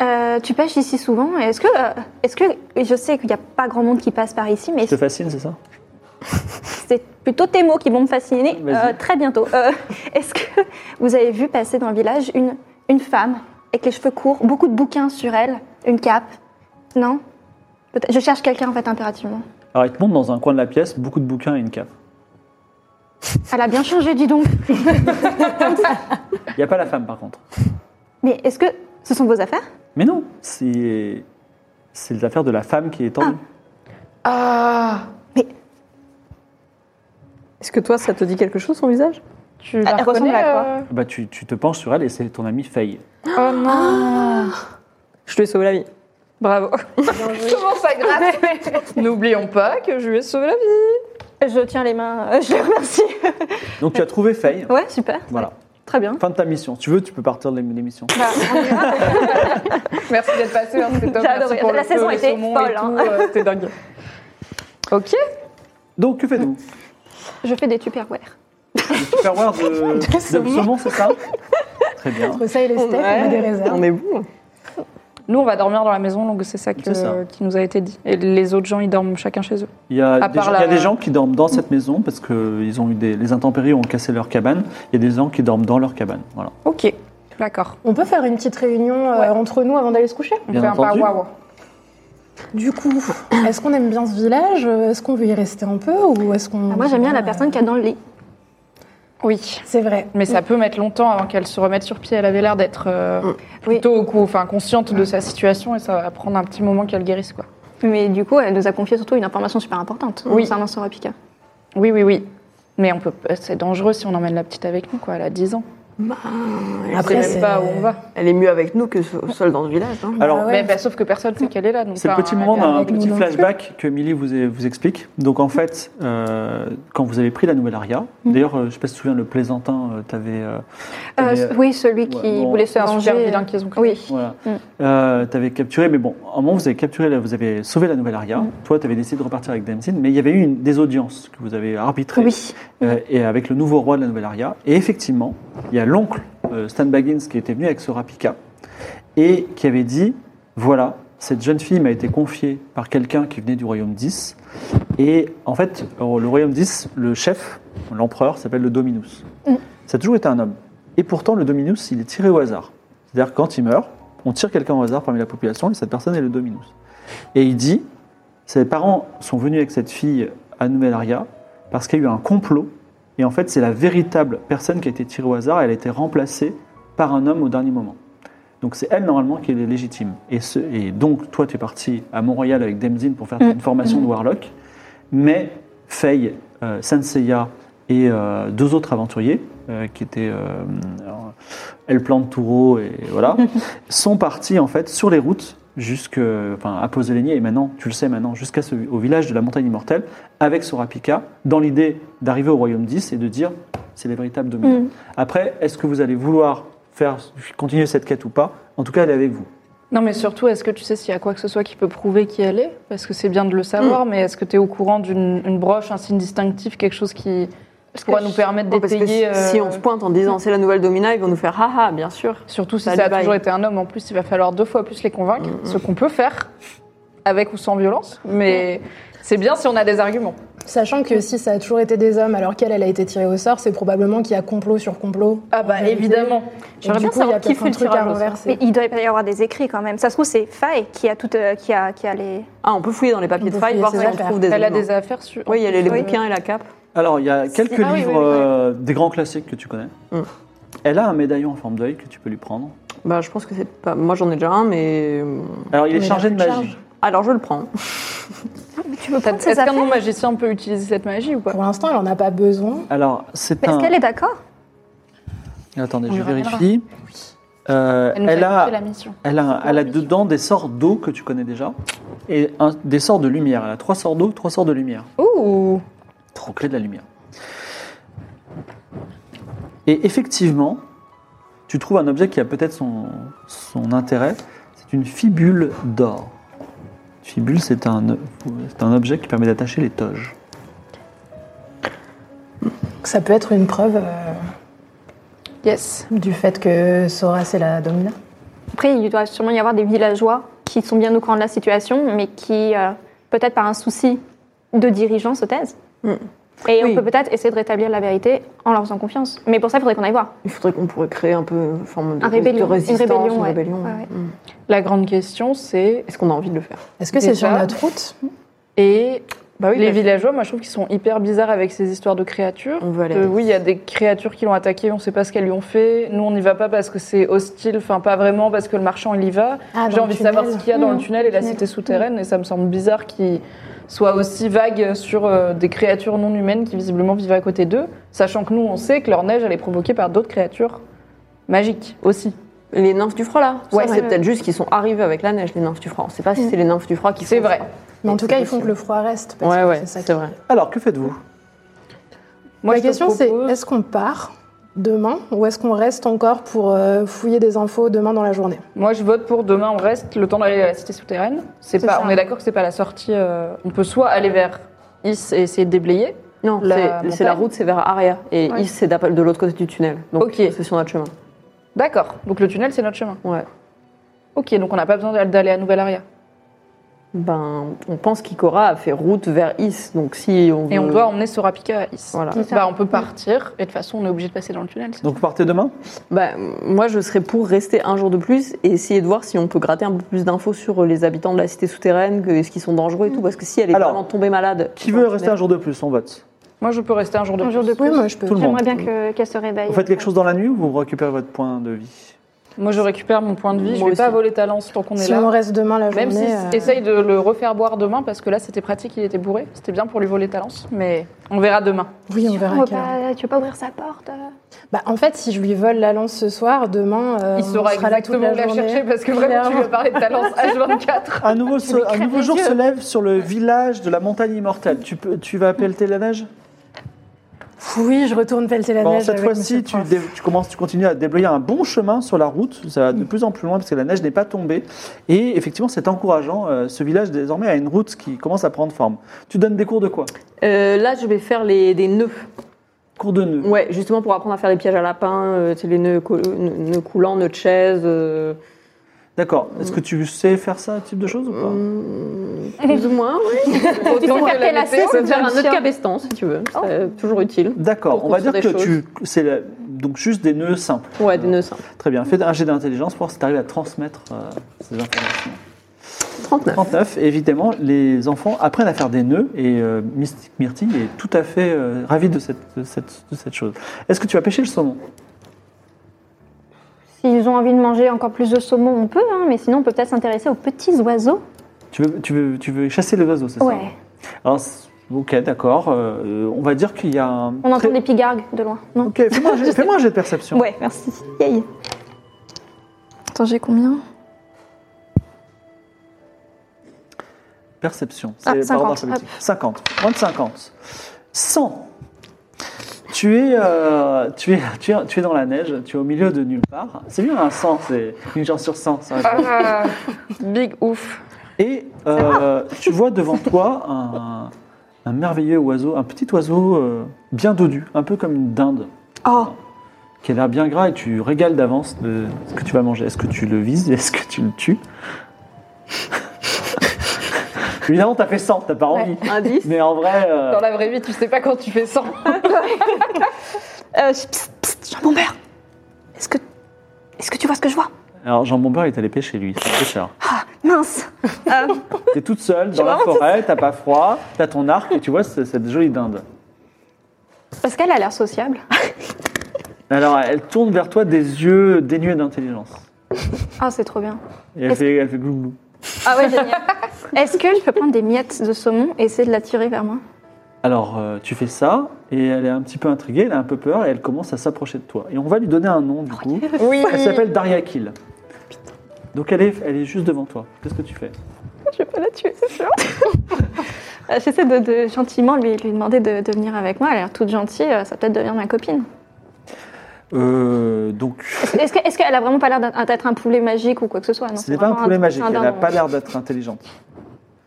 [SPEAKER 3] Euh, Tu pêches ici souvent. Est-ce que, euh, est-ce que je sais qu'il n'y a pas grand monde qui passe par ici, mais
[SPEAKER 2] Je te fascine, c'est ça
[SPEAKER 3] c'est plutôt tes mots qui vont me fasciner
[SPEAKER 2] Vas-y.
[SPEAKER 3] euh, très bientôt. Euh, <laughs> Est-ce que vous avez vu passer dans le village une, une femme avec les cheveux courts, beaucoup de bouquins sur elle, une cape Non Peut-être- Je cherche quelqu'un en fait impérativement.
[SPEAKER 2] Alors, il te montre dans un coin de la pièce beaucoup de bouquins et une cape.
[SPEAKER 3] Elle a bien changé, dis donc.
[SPEAKER 2] Il n'y a pas la femme, par contre.
[SPEAKER 3] Mais est-ce que ce sont vos affaires
[SPEAKER 2] Mais non, c'est c'est les affaires de la femme qui est tendue.
[SPEAKER 6] Est-ce que toi, ça te dit quelque chose, son visage
[SPEAKER 4] Tu
[SPEAKER 3] Elle
[SPEAKER 4] la
[SPEAKER 3] ressemble
[SPEAKER 4] reconnais
[SPEAKER 3] à quoi
[SPEAKER 4] euh
[SPEAKER 2] Bah, tu, tu te penches sur elle et c'est ton ami Faye.
[SPEAKER 4] Oh non.
[SPEAKER 6] Je lui ai sauvé la vie.
[SPEAKER 4] Bravo. Comment ça gratte N'oublions pas que je lui ai sauvé la vie.
[SPEAKER 3] <laughs> Je tiens les mains, euh, je les remercie.
[SPEAKER 2] Donc, tu as trouvé Faye.
[SPEAKER 3] Ouais, super.
[SPEAKER 2] Voilà.
[SPEAKER 3] Très bien.
[SPEAKER 2] Fin de ta mission. Si tu veux, tu peux partir de l'émission.
[SPEAKER 4] Bah. Merci d'être passé, hein, c'était top.
[SPEAKER 3] J'ai
[SPEAKER 4] Merci
[SPEAKER 3] adoré.
[SPEAKER 4] pour le
[SPEAKER 3] La
[SPEAKER 4] feu,
[SPEAKER 3] saison
[SPEAKER 4] le
[SPEAKER 3] était
[SPEAKER 4] saumon et
[SPEAKER 3] folle, hein.
[SPEAKER 4] tout, euh, C'était dingue. Ok.
[SPEAKER 2] Donc, que
[SPEAKER 4] <laughs>
[SPEAKER 2] faites-vous
[SPEAKER 3] Je fais des tupperware.
[SPEAKER 2] Le superware
[SPEAKER 4] <laughs>
[SPEAKER 2] de, de saumon, c'est ça Très bien.
[SPEAKER 5] Entre ça et les steaks, on a des réserves.
[SPEAKER 6] on est bon.
[SPEAKER 4] Nous, on va dormir dans la maison, donc c'est ça, que-
[SPEAKER 2] C'est ça.
[SPEAKER 4] qui nous a été dit. Et les autres gens, ils dorment chacun chez eux.
[SPEAKER 2] Il y, a
[SPEAKER 4] À
[SPEAKER 2] des
[SPEAKER 4] part
[SPEAKER 2] gens, il y a
[SPEAKER 4] la-
[SPEAKER 2] des gens qui dorment dans cette maison parce que ils ont eu des, les intempéries ont cassé leur cabane. Il y a des gens qui dorment dans leur cabane. Voilà.
[SPEAKER 4] Ok, d'accord.
[SPEAKER 5] On peut faire une petite réunion euh,
[SPEAKER 4] Ouais.
[SPEAKER 5] entre nous avant d'aller se coucher
[SPEAKER 4] On
[SPEAKER 2] Bien
[SPEAKER 4] fait
[SPEAKER 2] entendu.
[SPEAKER 4] un par waouh.
[SPEAKER 5] Du coup, est-ce qu'on aime bien ce village Est-ce qu'on veut y rester un peu ou est-ce qu'on
[SPEAKER 3] Ah, moi, j'aime bien la personne qui a dans le lit.
[SPEAKER 4] Oui.
[SPEAKER 5] C'est vrai.
[SPEAKER 4] Mais
[SPEAKER 6] Mm.
[SPEAKER 4] ça peut mettre longtemps avant qu'elle se remette sur pied. Elle avait l'air d'être euh, plutôt au coup, enfin, consciente
[SPEAKER 6] Mm.
[SPEAKER 4] de sa situation et ça va prendre un petit moment qu'elle guérisse. Quoi.
[SPEAKER 3] Mais du coup, elle nous a confié surtout une information super importante
[SPEAKER 4] Oui.
[SPEAKER 3] concernant Sora Pika.
[SPEAKER 4] Oui, oui, oui. Mais on peut... c'est dangereux si on emmène la petite avec nous. Quoi. Elle a 10 ans.
[SPEAKER 5] Bah, Après,
[SPEAKER 4] on sait
[SPEAKER 5] c'est-
[SPEAKER 4] même pas où on va.
[SPEAKER 6] Elle est mieux avec nous que seule dans le village. hein.
[SPEAKER 2] Alors,
[SPEAKER 5] Ah ouais.
[SPEAKER 4] Mais, bah, sauf que personne ne sait qu'elle est là. donc euh,
[SPEAKER 2] C'est le
[SPEAKER 4] pas
[SPEAKER 2] petit
[SPEAKER 4] un-
[SPEAKER 2] moment d'un
[SPEAKER 5] avec nous
[SPEAKER 2] petit
[SPEAKER 5] non
[SPEAKER 2] flashback que Millie vous, vous explique. Donc en fait, euh, quand vous avez pris la nouvelle aria, d'ailleurs, euh, je ne sais pas si tu te souviens, le plaisantin, euh, t'avais, euh, t'avais, euh,
[SPEAKER 3] oui, celui qui
[SPEAKER 2] bon,
[SPEAKER 3] voulait se
[SPEAKER 4] C'est un super
[SPEAKER 3] venger.
[SPEAKER 4] vilain qu'ils ont créé.
[SPEAKER 3] Oui.
[SPEAKER 2] voilà,
[SPEAKER 3] Mm.
[SPEAKER 2] Euh, t'avais capturé, mais bon, à un moment, vous avez capturé, la- vous avez sauvé la nouvelle aria. Toi, tu avais décidé de repartir avec Damsin, mais il y avait eu une, des audiences que vous avez arbitrées
[SPEAKER 3] Oui.
[SPEAKER 2] euh, et avec le nouveau roi de la nouvelle aria. Et effectivement, il y a l'oncle euh, Stan Baggins qui était venu avec Sora Pika et qui avait dit voilà, cette jeune fille m'a été confiée par quelqu'un qui venait du royaume 10. Et en fait, au- le royaume 10, le chef, l'empereur, s'appelle le Dominus. Ça a toujours été un homme. Et pourtant, le Dominus, il est tiré au hasard. C'est-à-dire que quand il meurt, on tire quelqu'un au hasard parmi la population et cette personne est le Dominus. Et il dit ses parents sont venus avec cette fille à Nouvelle-Aria parce qu'il y a eu un complot Et en fait, c'est la véritable personne qui a été tirée au hasard. Elle a été remplacée par un homme au dernier moment. Donc c'est elle normalement qui est légitime. Et, ce- et donc toi, tu es parti à Montréal avec Demzin pour faire une formation de Warlock. Mais Faye, euh, Senseiya et euh, deux autres aventuriers, euh, qui étaient euh, alors, El Plan de Touro et voilà, sont partis en fait sur les routes jusque, enfin, à Poselenia et maintenant, tu le sais maintenant, jusqu'à ce- au village de la Montagne Immortelle avec Sorapika, dans l'idée d'arriver au Royaume 10 et de dire c'est les véritables dominants. Après, est-ce que vous allez vouloir faire continuer cette quête ou pas En tout cas, elle est avec vous.
[SPEAKER 4] Non, mais surtout, est-ce que tu sais s'il y a quoi que ce soit qui peut prouver qui elle est Parce que c'est bien de le
[SPEAKER 6] Mm.
[SPEAKER 4] savoir, mais est-ce que tu es au courant d'une une broche, un signe distinctif, quelque chose qui pourra nous permettre
[SPEAKER 6] Oh, parce que si,
[SPEAKER 4] d'étayer euh,
[SPEAKER 6] si on se pointe en disant c'est la nouvelle domina, ils vont nous faire haha, bien sûr.
[SPEAKER 4] Surtout si
[SPEAKER 6] Bye
[SPEAKER 4] ça a
[SPEAKER 6] bye.
[SPEAKER 4] toujours été un homme, en plus, il va falloir deux fois plus les convaincre, ce qu'on peut faire, avec ou sans violence, mais c'est bien si on a des arguments.
[SPEAKER 5] Sachant que si ça a toujours été des hommes alors qu'elle, elle a été tirée au sort, c'est probablement qu'il y a complot sur complot.
[SPEAKER 4] Ah bah évidemment.
[SPEAKER 5] Et du
[SPEAKER 6] J'aimerais bien
[SPEAKER 5] coup, il y a
[SPEAKER 6] savoir qui
[SPEAKER 5] peut-être
[SPEAKER 6] fait
[SPEAKER 5] un
[SPEAKER 6] le
[SPEAKER 5] truc à
[SPEAKER 6] tirage au sort.
[SPEAKER 3] Mais
[SPEAKER 5] renverser.
[SPEAKER 3] il doit y avoir des écrits quand même. Ça se trouve, c'est Faye qui a, tout, euh, qui a, qui a les.
[SPEAKER 6] Ah, on peut fouiller dans les papiers
[SPEAKER 5] On
[SPEAKER 6] de
[SPEAKER 5] peut
[SPEAKER 6] faille,
[SPEAKER 5] fouiller
[SPEAKER 6] voir
[SPEAKER 5] ses
[SPEAKER 6] si on
[SPEAKER 5] affaires.
[SPEAKER 6] trouve des
[SPEAKER 4] Elle a
[SPEAKER 6] éléments.
[SPEAKER 4] des affaires sur.
[SPEAKER 6] Oui, il y a les, les
[SPEAKER 4] Oui.
[SPEAKER 6] bouquins et la cape.
[SPEAKER 2] Alors, il y a quelques
[SPEAKER 4] Ah oui,
[SPEAKER 2] livres,
[SPEAKER 4] oui, oui.
[SPEAKER 2] euh, des grands classiques que tu connais.
[SPEAKER 6] Mm.
[SPEAKER 2] Elle a un médaillon en forme d'œil que tu peux lui prendre.
[SPEAKER 6] Bah, je pense que c'est pas. Moi, j'en ai déjà un, mais. euh,
[SPEAKER 2] Alors, il est
[SPEAKER 5] Mais
[SPEAKER 2] chargé de
[SPEAKER 5] la charge.
[SPEAKER 2] magie.
[SPEAKER 6] Alors, je le prends.
[SPEAKER 3] Mais tu veux
[SPEAKER 4] T'as-
[SPEAKER 3] prendre ses
[SPEAKER 4] Est-ce qu'un
[SPEAKER 3] affaires
[SPEAKER 4] non magicien peut utiliser cette magie ou pas
[SPEAKER 5] Pour l'instant, elle en a pas besoin.
[SPEAKER 2] Alors, c'est
[SPEAKER 3] Mais Est-ce
[SPEAKER 2] un.
[SPEAKER 3] qu'elle est d'accord
[SPEAKER 2] Attendez,
[SPEAKER 4] On
[SPEAKER 2] je
[SPEAKER 4] lui ramènera.
[SPEAKER 2] vérifie. Euh,
[SPEAKER 4] nous
[SPEAKER 2] elle, a,
[SPEAKER 4] fait la mission.
[SPEAKER 2] elle, a, elle a dedans des sorts d'eau que tu connais déjà et un- des sorts de lumière. Elle a trois sorts d'eau, trois sorts de lumière.
[SPEAKER 4] Ouh
[SPEAKER 2] Trop clé de la lumière. Et effectivement, tu trouves un objet qui a peut-être son, son intérêt. C'est une fibule d'or. Une Fibule, c'est un, c'est un objet qui permet d'attacher les toges.
[SPEAKER 5] Ça peut être une preuve euh,
[SPEAKER 4] Yes.
[SPEAKER 5] du fait que Sora, c'est la domina.
[SPEAKER 3] Après, il doit sûrement y avoir des villageois qui sont bien au courant de la situation, mais qui, euh, peut-être par un souci de dirigeants, se taisent.
[SPEAKER 6] Mm.
[SPEAKER 3] Et
[SPEAKER 6] Oui.
[SPEAKER 3] on peut peut-être essayer de rétablir la vérité en leur faisant confiance. Mais pour ça, il faudrait qu'on aille voir.
[SPEAKER 6] Il faudrait qu'on pourrait créer un peu une forme de,
[SPEAKER 3] Un rébellion,
[SPEAKER 6] de résistance,
[SPEAKER 3] une rébellion,
[SPEAKER 6] une
[SPEAKER 3] ouais.
[SPEAKER 6] rébellion.
[SPEAKER 3] Ouais, ouais.
[SPEAKER 6] Mm.
[SPEAKER 4] La grande question, c'est.
[SPEAKER 6] Est-ce qu'on a envie de le faire
[SPEAKER 5] Est-ce que c'est sur
[SPEAKER 4] Déjà.
[SPEAKER 5] notre route
[SPEAKER 4] Et
[SPEAKER 5] Ah
[SPEAKER 6] Bah
[SPEAKER 4] les villageois, moi je trouve qu'ils sont hyper bizarres avec ces histoires de créatures.
[SPEAKER 6] On veut aller.
[SPEAKER 4] Euh, oui, il y a des créatures qui l'ont attaqué, on ne sait pas ce qu'elles lui ont fait. Nous, on n'y va pas parce que c'est hostile, enfin pas vraiment parce que le marchand il y va.
[SPEAKER 5] Ah,
[SPEAKER 4] J'ai
[SPEAKER 5] dans le
[SPEAKER 4] envie de
[SPEAKER 5] tunnel. Mmh.
[SPEAKER 4] savoir ce qu'il y a dans le
[SPEAKER 3] Mmh,
[SPEAKER 4] tunnel et la
[SPEAKER 3] tunnel.
[SPEAKER 4] cité souterraine, et ça me semble bizarre qu'ils soient aussi vagues sur euh, des créatures non humaines qui visiblement vivent à côté d'eux, sachant que nous, on sait que leur neige, elle est provoquée par d'autres créatures magiques aussi.
[SPEAKER 6] Les nymphes du froid là
[SPEAKER 4] Ouais,
[SPEAKER 6] Ça,
[SPEAKER 4] ouais.
[SPEAKER 6] c'est peut-être juste qu'ils sont arrivés avec la neige, les nymphes du froid. On sait pas si c'est les nymphes du froid qui
[SPEAKER 4] C'est
[SPEAKER 6] font
[SPEAKER 4] vrai.
[SPEAKER 5] Mais en tout
[SPEAKER 6] C'est
[SPEAKER 5] cas, ils font que
[SPEAKER 6] possible.
[SPEAKER 5] le froid reste. parce
[SPEAKER 6] Ouais,
[SPEAKER 5] que
[SPEAKER 6] ouais,
[SPEAKER 5] ça
[SPEAKER 6] c'est
[SPEAKER 5] qui-
[SPEAKER 6] vrai.
[SPEAKER 2] Alors, que faites-vous
[SPEAKER 4] Moi,
[SPEAKER 5] La
[SPEAKER 4] je te
[SPEAKER 5] question, c'est
[SPEAKER 4] propose-
[SPEAKER 5] est-ce qu'on part demain ou est-ce qu'on reste encore pour euh, fouiller des infos demain dans la journée
[SPEAKER 4] Moi, je vote pour demain, on reste le temps d'aller à la cité souterraine. C'est
[SPEAKER 5] C'est
[SPEAKER 4] pas,
[SPEAKER 5] ça.
[SPEAKER 4] on est d'accord que c'est pas la sortie. euh, on peut soit aller vers Is et essayer de déblayer.
[SPEAKER 6] Non,
[SPEAKER 4] La
[SPEAKER 6] c'est- c'est la
[SPEAKER 4] montagne.
[SPEAKER 6] route, c'est vers Aria. Et
[SPEAKER 4] Ouais.
[SPEAKER 6] Yves, c'est d'ap- de l'autre côté du tunnel. Donc,
[SPEAKER 4] Ok.
[SPEAKER 6] c'est sur notre chemin.
[SPEAKER 4] D'accord. Donc le tunnel, c'est notre chemin.
[SPEAKER 6] Ouais.
[SPEAKER 4] Ok, donc on n'a pas besoin d'a- d'aller à Nouvelle Aria.
[SPEAKER 6] Ben, on pense qu'Ikora a fait route vers Is. Donc, si on.
[SPEAKER 4] Et on
[SPEAKER 6] veut-
[SPEAKER 4] doit emmener Sorapika à Is.
[SPEAKER 6] Voilà.
[SPEAKER 4] Bah, on peut partir et de toute façon, on est obligé de passer dans le tunnel.
[SPEAKER 2] Donc, vous partez demain
[SPEAKER 6] Bah, moi, je serais pour rester un jour de plus et essayer de voir si on peut gratter un peu plus d'infos sur les habitants de la cité souterraine, que, est-ce qu'ils sont dangereux et tout, parce que si elle est
[SPEAKER 2] Alors,
[SPEAKER 6] vraiment tombée malade.
[SPEAKER 2] Qui veut rester un jour de plus On vote.
[SPEAKER 4] Moi, je peux rester un jour de
[SPEAKER 3] Un
[SPEAKER 4] plus.
[SPEAKER 3] jour de
[SPEAKER 5] Oui,
[SPEAKER 3] plus.
[SPEAKER 5] moi je peux.
[SPEAKER 2] Tout le monde.
[SPEAKER 3] J'aimerais bien que- qu'elle se réveille.
[SPEAKER 2] Vous faites quelque chose dans la nuit ou vous récupérez votre point de vie
[SPEAKER 4] Moi, je récupère mon point de vie. je
[SPEAKER 6] Moi
[SPEAKER 4] vais pas
[SPEAKER 6] aussi.
[SPEAKER 4] voler ta lance tant qu'on est
[SPEAKER 5] Si
[SPEAKER 4] là.
[SPEAKER 5] on reste demain la
[SPEAKER 4] Même
[SPEAKER 5] journée,
[SPEAKER 4] si
[SPEAKER 5] euh,
[SPEAKER 4] essaye de le refaire boire demain parce que là, c'était pratique, il était bourré. C'était bien pour lui voler ta lance, mais on verra demain.
[SPEAKER 5] euh, oui, on verra.
[SPEAKER 3] On va
[SPEAKER 5] quelle heure.
[SPEAKER 3] pas- tu veux pas ouvrir sa porte euh
[SPEAKER 5] Bah, en fait, si je lui vole la lance ce soir, demain, euh,
[SPEAKER 4] Il
[SPEAKER 5] on
[SPEAKER 4] saura
[SPEAKER 5] sera là toute
[SPEAKER 4] exactement où la
[SPEAKER 5] journée.
[SPEAKER 4] chercher parce que vraiment, tu lui as parlé de ta <laughs> lance H24.
[SPEAKER 2] Un nouveau, se- un
[SPEAKER 3] crèves
[SPEAKER 2] nouveau
[SPEAKER 3] les
[SPEAKER 2] jour
[SPEAKER 3] yeux.
[SPEAKER 2] se lève sur le village de la montagne immortelle. Tu, peux, tu vas pelleter la neige
[SPEAKER 5] Oui, je retourne pelleter la
[SPEAKER 2] Bon,
[SPEAKER 5] neige.
[SPEAKER 2] cette
[SPEAKER 5] avec monsieur
[SPEAKER 2] fois-ci,
[SPEAKER 5] le
[SPEAKER 2] tu,
[SPEAKER 5] prof.
[SPEAKER 2] dé- tu commences, tu continues à déblayer un bon chemin sur la route. Ça va
[SPEAKER 6] Mm.
[SPEAKER 2] de plus en plus loin parce que la neige n'est pas tombée. Et effectivement, c'est encourageant. Euh, ce village désormais a une route qui commence à prendre forme. Tu donnes des cours de quoi
[SPEAKER 6] Euh, là, je vais faire les, des nœuds.
[SPEAKER 2] Cours de nœuds.
[SPEAKER 6] Ouais, justement pour apprendre à faire des pièges à lapins, euh, tu sais, les nœuds, cou- nœuds- nœuds coulants, nœuds de chaise. euh,
[SPEAKER 2] D'accord. Est-ce
[SPEAKER 6] Mm.
[SPEAKER 2] que tu sais faire ça, type de choses ou pas
[SPEAKER 6] hum, plus ou moins,
[SPEAKER 4] <laughs>
[SPEAKER 6] oui. euh,
[SPEAKER 3] Autant que la météo,
[SPEAKER 6] on peut faire un nœud de
[SPEAKER 3] bien.
[SPEAKER 6] cabestan si tu veux.
[SPEAKER 4] Oh.
[SPEAKER 6] C'est toujours utile.
[SPEAKER 2] D'accord.
[SPEAKER 6] Pour
[SPEAKER 2] On va dire
[SPEAKER 6] construire
[SPEAKER 2] que
[SPEAKER 6] des
[SPEAKER 2] tu, c'est la- donc juste des nœuds simples.
[SPEAKER 6] Ouais, des nœuds simples.
[SPEAKER 2] Très bien. Fais un jet d'intelligence pour voir si tu arrives à transmettre euh, ces informations.
[SPEAKER 6] 39.
[SPEAKER 2] 39, et évidemment, les enfants apprennent à faire des nœuds et euh, Mystique Myrtille est tout à fait euh, ravie de cette, de cette- de cette chose. Est-ce que tu vas pêcher le saumon
[SPEAKER 3] S'ils ont envie de manger encore plus de saumon, on peut, hein, mais sinon on peut peut-être s'intéresser aux petits oiseaux.
[SPEAKER 2] tu veux, tu, veux, tu veux chasser les oiseaux, c'est
[SPEAKER 3] Ouais,
[SPEAKER 2] ça Alors, c'est- Ok, d'accord. euh, on va dire qu'il y a un.
[SPEAKER 3] on entend
[SPEAKER 2] très-
[SPEAKER 3] des pigargues de loin, non
[SPEAKER 2] Ok, fais-moi un jet- fais-moi un jet de perception.
[SPEAKER 3] Ouais, merci. Yay. Attends, j'ai combien
[SPEAKER 2] Perception.
[SPEAKER 3] Ah,
[SPEAKER 2] C'est par
[SPEAKER 3] 50,
[SPEAKER 2] ordre alphabétique. 50. Moins de 50. 100. Tu es, euh, tu, es, tu, es, tu es dans la neige, tu es au milieu de nulle part. C'est bien un 100, c'est une chance sur 100. ça va.
[SPEAKER 4] Ah, big ouf.
[SPEAKER 2] Et euh, tu vois devant toi un, un merveilleux oiseau, un petit oiseau euh, bien dodu, un peu comme une dinde,
[SPEAKER 3] Oh,
[SPEAKER 2] qui a l'air bien gras et tu régales d'avance de ce que tu vas manger. Est-ce que tu le vises Est-ce que tu le tues Évidemment, t'as fait 100, t'as pas envie.
[SPEAKER 6] Un 10.
[SPEAKER 2] Mais en vrai. euh,
[SPEAKER 4] Dans la vraie vie, tu sais pas quand tu fais 100.
[SPEAKER 3] euh, je- psst, psst, Jean Bombeur Est-ce que... Est-ce que tu vois ce que je vois
[SPEAKER 2] Alors Jean Bombeur est allé pêcher lui, c'est un pêcheur.
[SPEAKER 3] Ah, mince Euh,
[SPEAKER 2] T'es toute seule dans la forêt, t'as pas froid, t'as ton arc et tu vois ce- cette jolie dinde.
[SPEAKER 3] Parce qu'elle a l'air sociable.
[SPEAKER 2] Alors elle tourne vers toi des yeux dénués d'intelligence.
[SPEAKER 3] Ah, c'est trop bien.
[SPEAKER 2] Et elle
[SPEAKER 3] Est-ce-
[SPEAKER 2] fait, elle fait glou glou.
[SPEAKER 3] Ah ouais, génial. <laughs> Est-ce que je peux prendre des miettes de saumon et essayer de la tirer vers moi
[SPEAKER 2] Alors euh, tu fais ça et elle est un petit peu intriguée, elle a un peu peur et elle commence à s'approcher de toi. Et on va lui donner un nom du coup.
[SPEAKER 3] Oh,
[SPEAKER 4] Oui.
[SPEAKER 2] Elle s'appelle Daria Kill. Donc elle est, elle est juste devant toi. Qu'est-ce que tu fais
[SPEAKER 3] Je vais pas la tuer, c'est sûr. <laughs> Euh, J'essaie de, de gentiment lui, lui demander de, de venir avec moi. Elle a l'air toute gentille, euh, ça peut-être devient ma copine.
[SPEAKER 2] euh, Donc
[SPEAKER 3] Est-ce que- est-ce qu'elle a vraiment pas l'air d'être d'être un poulet magique ou quoi que ce soit non,
[SPEAKER 2] Ce n'est pas un
[SPEAKER 3] vraiment
[SPEAKER 2] poulet
[SPEAKER 3] truc,
[SPEAKER 2] magique,
[SPEAKER 3] c'est un
[SPEAKER 2] elle n'a
[SPEAKER 3] dindon.
[SPEAKER 2] pas l'air d'être intelligente.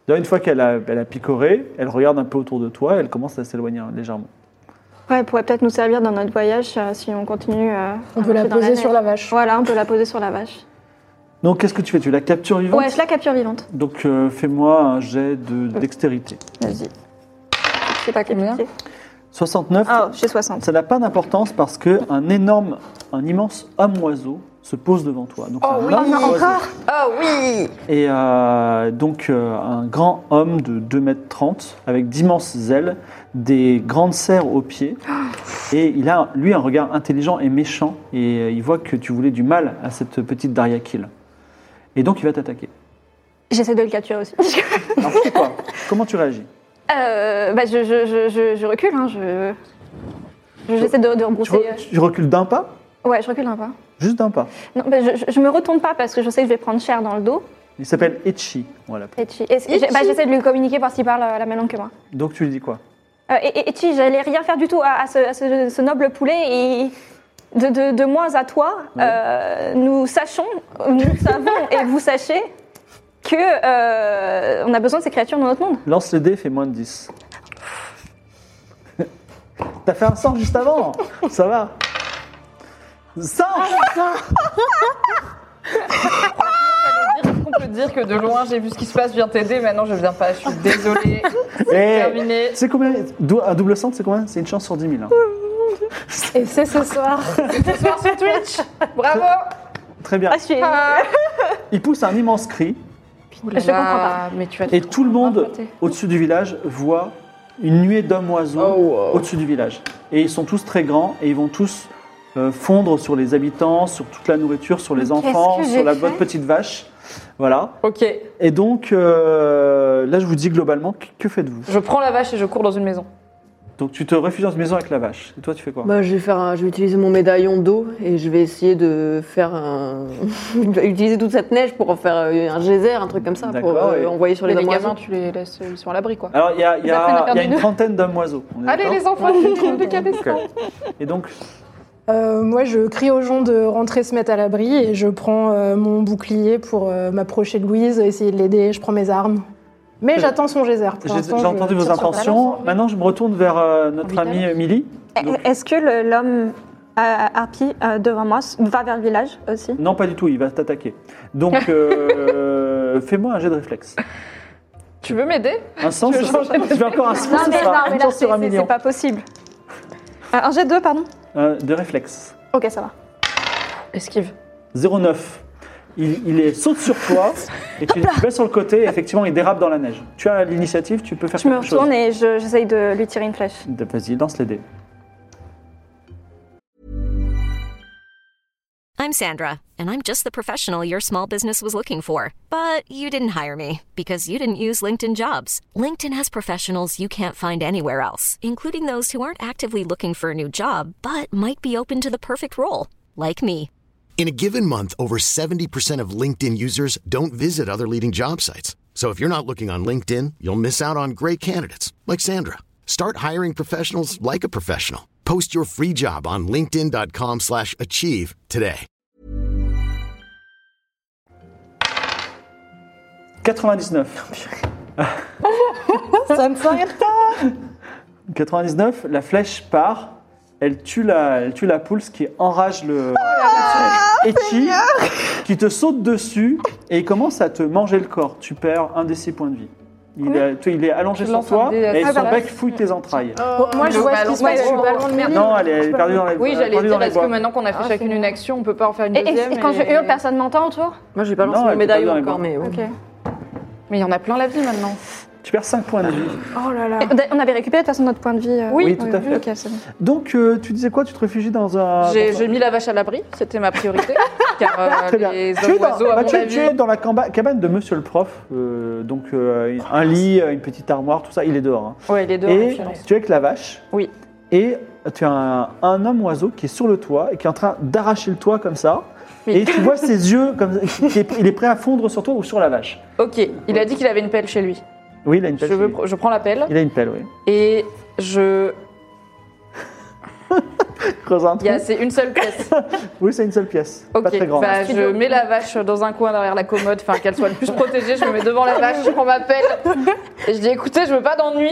[SPEAKER 2] D'ailleurs, une fois qu'elle a, elle a picoré, elle regarde un peu autour de toi, elle commence à s'éloigner hein, légèrement.
[SPEAKER 3] Ouais, elle pourrait peut-être nous servir dans notre voyage euh, si on continue. euh,
[SPEAKER 5] On
[SPEAKER 3] à
[SPEAKER 5] peut la
[SPEAKER 3] marcher dans
[SPEAKER 5] poser
[SPEAKER 3] neige.
[SPEAKER 5] sur la vache.
[SPEAKER 3] Voilà, on peut la poser sur la vache.
[SPEAKER 2] Donc, qu'est-ce que tu fais Tu la captures vivante
[SPEAKER 3] Ouais, je la capture vivante.
[SPEAKER 2] Donc, euh, fais-moi un jet de dextérité.
[SPEAKER 3] Vas-y. Je sais pas combien.
[SPEAKER 2] 69,
[SPEAKER 3] Ah, j'ai 60.
[SPEAKER 2] ça n'a pas d'importance parce que un énorme, un immense homme-oiseau se pose devant toi. Donc, un
[SPEAKER 3] Oh
[SPEAKER 2] homme
[SPEAKER 3] non,
[SPEAKER 2] oiseau.
[SPEAKER 3] encore
[SPEAKER 4] Oh oui
[SPEAKER 2] Et euh, donc, euh, un grand homme de 2m30 avec d'immenses ailes, des grandes serres aux pieds. Et il a, lui, un regard intelligent et méchant. Et euh, il voit que tu voulais du mal à cette petite Daria Kill. Et donc, il va t'attaquer.
[SPEAKER 3] J'essaie de le capturer aussi. <laughs>
[SPEAKER 2] Alors, tu fais quoi Comment tu réagis
[SPEAKER 3] Euh, bah, je, je, je, je, je recule, hein, je... je- J'essaie de, de
[SPEAKER 2] tu,
[SPEAKER 3] rebrousser.
[SPEAKER 2] re- tu recules d'un pas
[SPEAKER 3] euh, Ouais, je recule un peu.
[SPEAKER 2] Juste d'un pas.
[SPEAKER 3] Non, bah, je, je- je me retourne pas parce que je sais que je vais prendre cher dans le dos.
[SPEAKER 2] Il s'appelle Echi. on va l'appeler.
[SPEAKER 3] Et tu- et- et j'ai- bah, j'essaie de lui communiquer parce qu'il parle euh, la même langue que moi.
[SPEAKER 2] Donc, tu lui dis quoi
[SPEAKER 3] Euh, et, et, et tu, j'allais rien faire du tout à, à ce, à ce- ce noble poulet et de, de, de moi à toi, euh, nous sachons, nous savons et vous sachez que euh, on a besoin de ces créatures dans notre monde.
[SPEAKER 2] Lance le dé, fait moins de 10. <laughs> T'as fait un 100 juste avant Ça va 100
[SPEAKER 3] Ah,
[SPEAKER 4] On peut dire que de loin, j'ai vu ce qui se passe, je viens t'aider, maintenant je viens pas, je suis <laughs> désolée.
[SPEAKER 2] Eh,
[SPEAKER 4] Terminé.
[SPEAKER 2] C'est combien dou- Un double centre, c'est combien C'est une chance sur 10 000. hein.
[SPEAKER 5] Et c'est ce soir.
[SPEAKER 4] Ce soir sur Twitch Bravo
[SPEAKER 2] Très bien.
[SPEAKER 3] Ah, je, suis-
[SPEAKER 2] Il pousse un immense cri
[SPEAKER 3] je comprends pas.
[SPEAKER 4] Mais tu vas
[SPEAKER 2] et tout
[SPEAKER 3] Ah,
[SPEAKER 2] le monde au-dessus du village voit une nuée d'hommes oiseaux
[SPEAKER 3] Oh.
[SPEAKER 2] au-dessus du village. Et ils sont tous très grands et ils vont tous euh, fondre sur les habitants, sur toute la nourriture, sur les enfants,
[SPEAKER 3] que
[SPEAKER 2] sur
[SPEAKER 3] j'ai
[SPEAKER 2] la
[SPEAKER 3] fait
[SPEAKER 2] bonne petite vache. Voilà.
[SPEAKER 4] Ok,
[SPEAKER 2] Et donc, euh, là, je vous dis globalement, que- que faites-vous
[SPEAKER 4] je prends la vache et je cours dans une maison.
[SPEAKER 2] Donc, tu te réfugies dans une maison avec la vache. Et toi, tu fais quoi
[SPEAKER 6] Bah, je, vais faire un- je vais utiliser mon médaillon d'eau et je vais essayer de faire un. <laughs> utiliser toute cette neige pour en faire euh, un geyser, un truc comme ça, pour
[SPEAKER 2] D'accord,
[SPEAKER 6] euh,
[SPEAKER 2] et-
[SPEAKER 6] envoyer sur les
[SPEAKER 4] Les, les
[SPEAKER 6] hommes
[SPEAKER 4] gamins,
[SPEAKER 6] oiseaux.
[SPEAKER 4] tu les laisses, ils sont à l'abri quoi.
[SPEAKER 2] Alors, il y a, il y a-
[SPEAKER 4] Personne n'a
[SPEAKER 2] il y
[SPEAKER 4] perdu
[SPEAKER 2] a une
[SPEAKER 4] nous.
[SPEAKER 2] trentaine d'hommes oiseaux. on est
[SPEAKER 4] Allez
[SPEAKER 2] d'accord
[SPEAKER 4] les enfants, décapez ça
[SPEAKER 2] Ok. Et donc,
[SPEAKER 5] Euh, moi, je crie aux gens de rentrer se mettre à l'abri et je prends euh, mon bouclier pour euh, m'approcher de Louise, essayer de l'aider. Je prends mes armes. Mais j'attends son geyser. Pour
[SPEAKER 2] Euh, J'ai
[SPEAKER 5] l'instant,
[SPEAKER 2] j'ai
[SPEAKER 5] je
[SPEAKER 2] entendu
[SPEAKER 5] tire
[SPEAKER 2] vos
[SPEAKER 5] sur sa
[SPEAKER 2] intentions.
[SPEAKER 5] lance.
[SPEAKER 2] Maintenant, je me retourne vers euh, notre
[SPEAKER 4] Envie
[SPEAKER 2] amie Milly. Donc-
[SPEAKER 3] Est-ce que le- l'homme euh, harpie euh, devant moi s- va vers le village aussi
[SPEAKER 2] Non, pas du tout, il va t'attaquer. Donc, euh, fais-moi un jet de réflexe.
[SPEAKER 4] Tu veux m'aider
[SPEAKER 2] Un sens,
[SPEAKER 4] Tu veux
[SPEAKER 2] ce sera- tu fais encore un sens, ce sera une chance sur un million.
[SPEAKER 3] pas possible. Euh, un jet 2, pardon
[SPEAKER 2] Euh, de réflexe.
[SPEAKER 3] Ok, ça va.
[SPEAKER 4] Esquive.
[SPEAKER 2] 09. il, il est- saute sur toi et tu, tu vas sur le côté. Et effectivement, il dérape dans la neige. Tu as l'initiative, tu peux faire
[SPEAKER 3] Je me
[SPEAKER 2] quelque chose.
[SPEAKER 3] retourne et je- j'essaye de lui tirer une flèche.
[SPEAKER 2] Vas-y, lance les dés.
[SPEAKER 7] I'm Sandra, and I'm just the professional your small business was looking for. But you didn't hire me because you didn't use LinkedIn jobs. LinkedIn has professionals you can't find anywhere else, including those who aren't actively looking for a new job but might be open to the perfect role, like me.
[SPEAKER 8] In a given month, over 70% of LinkedIn users don't visit other leading job sites. So if you're not looking on LinkedIn, you'll miss out on great candidates like Sandra. Start hiring professionals like a professional. Post your free job on linkedin.com/achieve slash achieve today.
[SPEAKER 2] 99.
[SPEAKER 5] <laughs> Ça me fait rire.
[SPEAKER 2] 99, la flèche part, elle tue la, elle tue la poule, ce qui enrage
[SPEAKER 5] Oh
[SPEAKER 2] le. Ah, et qui, qui te saute dessus et il commence à te manger le corps. Tu perds un des six points de vie. Il, est, tu- il est allongé
[SPEAKER 4] Tu
[SPEAKER 2] sur
[SPEAKER 4] lances
[SPEAKER 2] toi
[SPEAKER 4] un dé à
[SPEAKER 2] et
[SPEAKER 4] ça.
[SPEAKER 2] son
[SPEAKER 4] Ah bah.
[SPEAKER 2] bec fouille tes entrailles.
[SPEAKER 6] Oh,
[SPEAKER 5] Bon, moi, je
[SPEAKER 4] Non,
[SPEAKER 5] vois
[SPEAKER 4] bah,
[SPEAKER 5] ce qui se
[SPEAKER 4] non,
[SPEAKER 5] passe, je suis
[SPEAKER 4] non,
[SPEAKER 5] pas loin de Merlin.
[SPEAKER 2] Non, elle est, elle est perdue dans les
[SPEAKER 4] Oui,
[SPEAKER 2] euh,
[SPEAKER 4] j'allais
[SPEAKER 2] perdue
[SPEAKER 4] dire,
[SPEAKER 2] dans les
[SPEAKER 4] est-ce que
[SPEAKER 2] bois.
[SPEAKER 4] maintenant qu'on a fait chacune une action, on peut pas en faire une
[SPEAKER 3] Et, et-
[SPEAKER 4] deuxième
[SPEAKER 3] et quand je
[SPEAKER 4] Ah, et-
[SPEAKER 3] hurle, personne m'entend autour
[SPEAKER 6] Moi, j'ai pas
[SPEAKER 2] Non,
[SPEAKER 6] lancé
[SPEAKER 2] elle
[SPEAKER 6] mon
[SPEAKER 2] est
[SPEAKER 6] médaillon
[SPEAKER 2] pas dans les
[SPEAKER 6] encore,
[SPEAKER 2] bois.
[SPEAKER 6] mais bon.
[SPEAKER 4] Mais il y en a plein la vie maintenant.
[SPEAKER 2] Tu perds 5 points de vie.
[SPEAKER 5] Oh là là.
[SPEAKER 3] Et On avait récupéré de toute façon notre point de vie. euh,
[SPEAKER 2] Oui, tout à fait.
[SPEAKER 3] Ok, c'est bon.
[SPEAKER 2] Donc, euh, tu disais quoi Tu te réfugies dans un.
[SPEAKER 4] J'ai
[SPEAKER 2] dans un-
[SPEAKER 4] j'ai mis la vache à l'abri, c'était ma priorité. car euh,
[SPEAKER 2] <laughs> Très bien.
[SPEAKER 4] les
[SPEAKER 2] Tu es, dans,
[SPEAKER 4] oiseaux, à
[SPEAKER 2] bah,
[SPEAKER 4] mon
[SPEAKER 2] tu es-
[SPEAKER 4] avis-
[SPEAKER 2] tu es dans la camba- cabane de monsieur le prof. euh, donc, euh, un lit, une petite armoire, tout ça, il est dehors. hein.
[SPEAKER 4] Ouais, les deux.
[SPEAKER 2] Et
[SPEAKER 4] en fait.
[SPEAKER 2] tu es avec la vache.
[SPEAKER 4] Oui.
[SPEAKER 2] Et tu as un, un homme oiseau qui est sur le toit et qui est en train d'arracher le toit comme ça.
[SPEAKER 4] Mais-
[SPEAKER 2] Et
[SPEAKER 4] <laughs>
[SPEAKER 2] tu vois ses yeux, comme, qui est- il est prêt à fondre sur toi ou sur la vache.
[SPEAKER 4] Ok, il a dit qu'il avait une pelle chez lui.
[SPEAKER 2] Oui, il a une pelle.
[SPEAKER 4] je, veux,
[SPEAKER 2] chez lui.
[SPEAKER 4] pr- je prends la pelle
[SPEAKER 2] Il a une pelle, oui.
[SPEAKER 4] et je.
[SPEAKER 2] Creuse un
[SPEAKER 4] Il y
[SPEAKER 2] trou.
[SPEAKER 4] a- C'est une seule pièce.
[SPEAKER 2] Oui, c'est une seule pièce. <laughs> Pas très
[SPEAKER 4] Ok,
[SPEAKER 2] grande.
[SPEAKER 4] bah, je mets la vache dans un coin derrière la commode, enfin qu'elle soit le plus protégée. Je me mets devant la vache, je prends ma pelle. Et je dis écoutez, je veux pas d'ennui.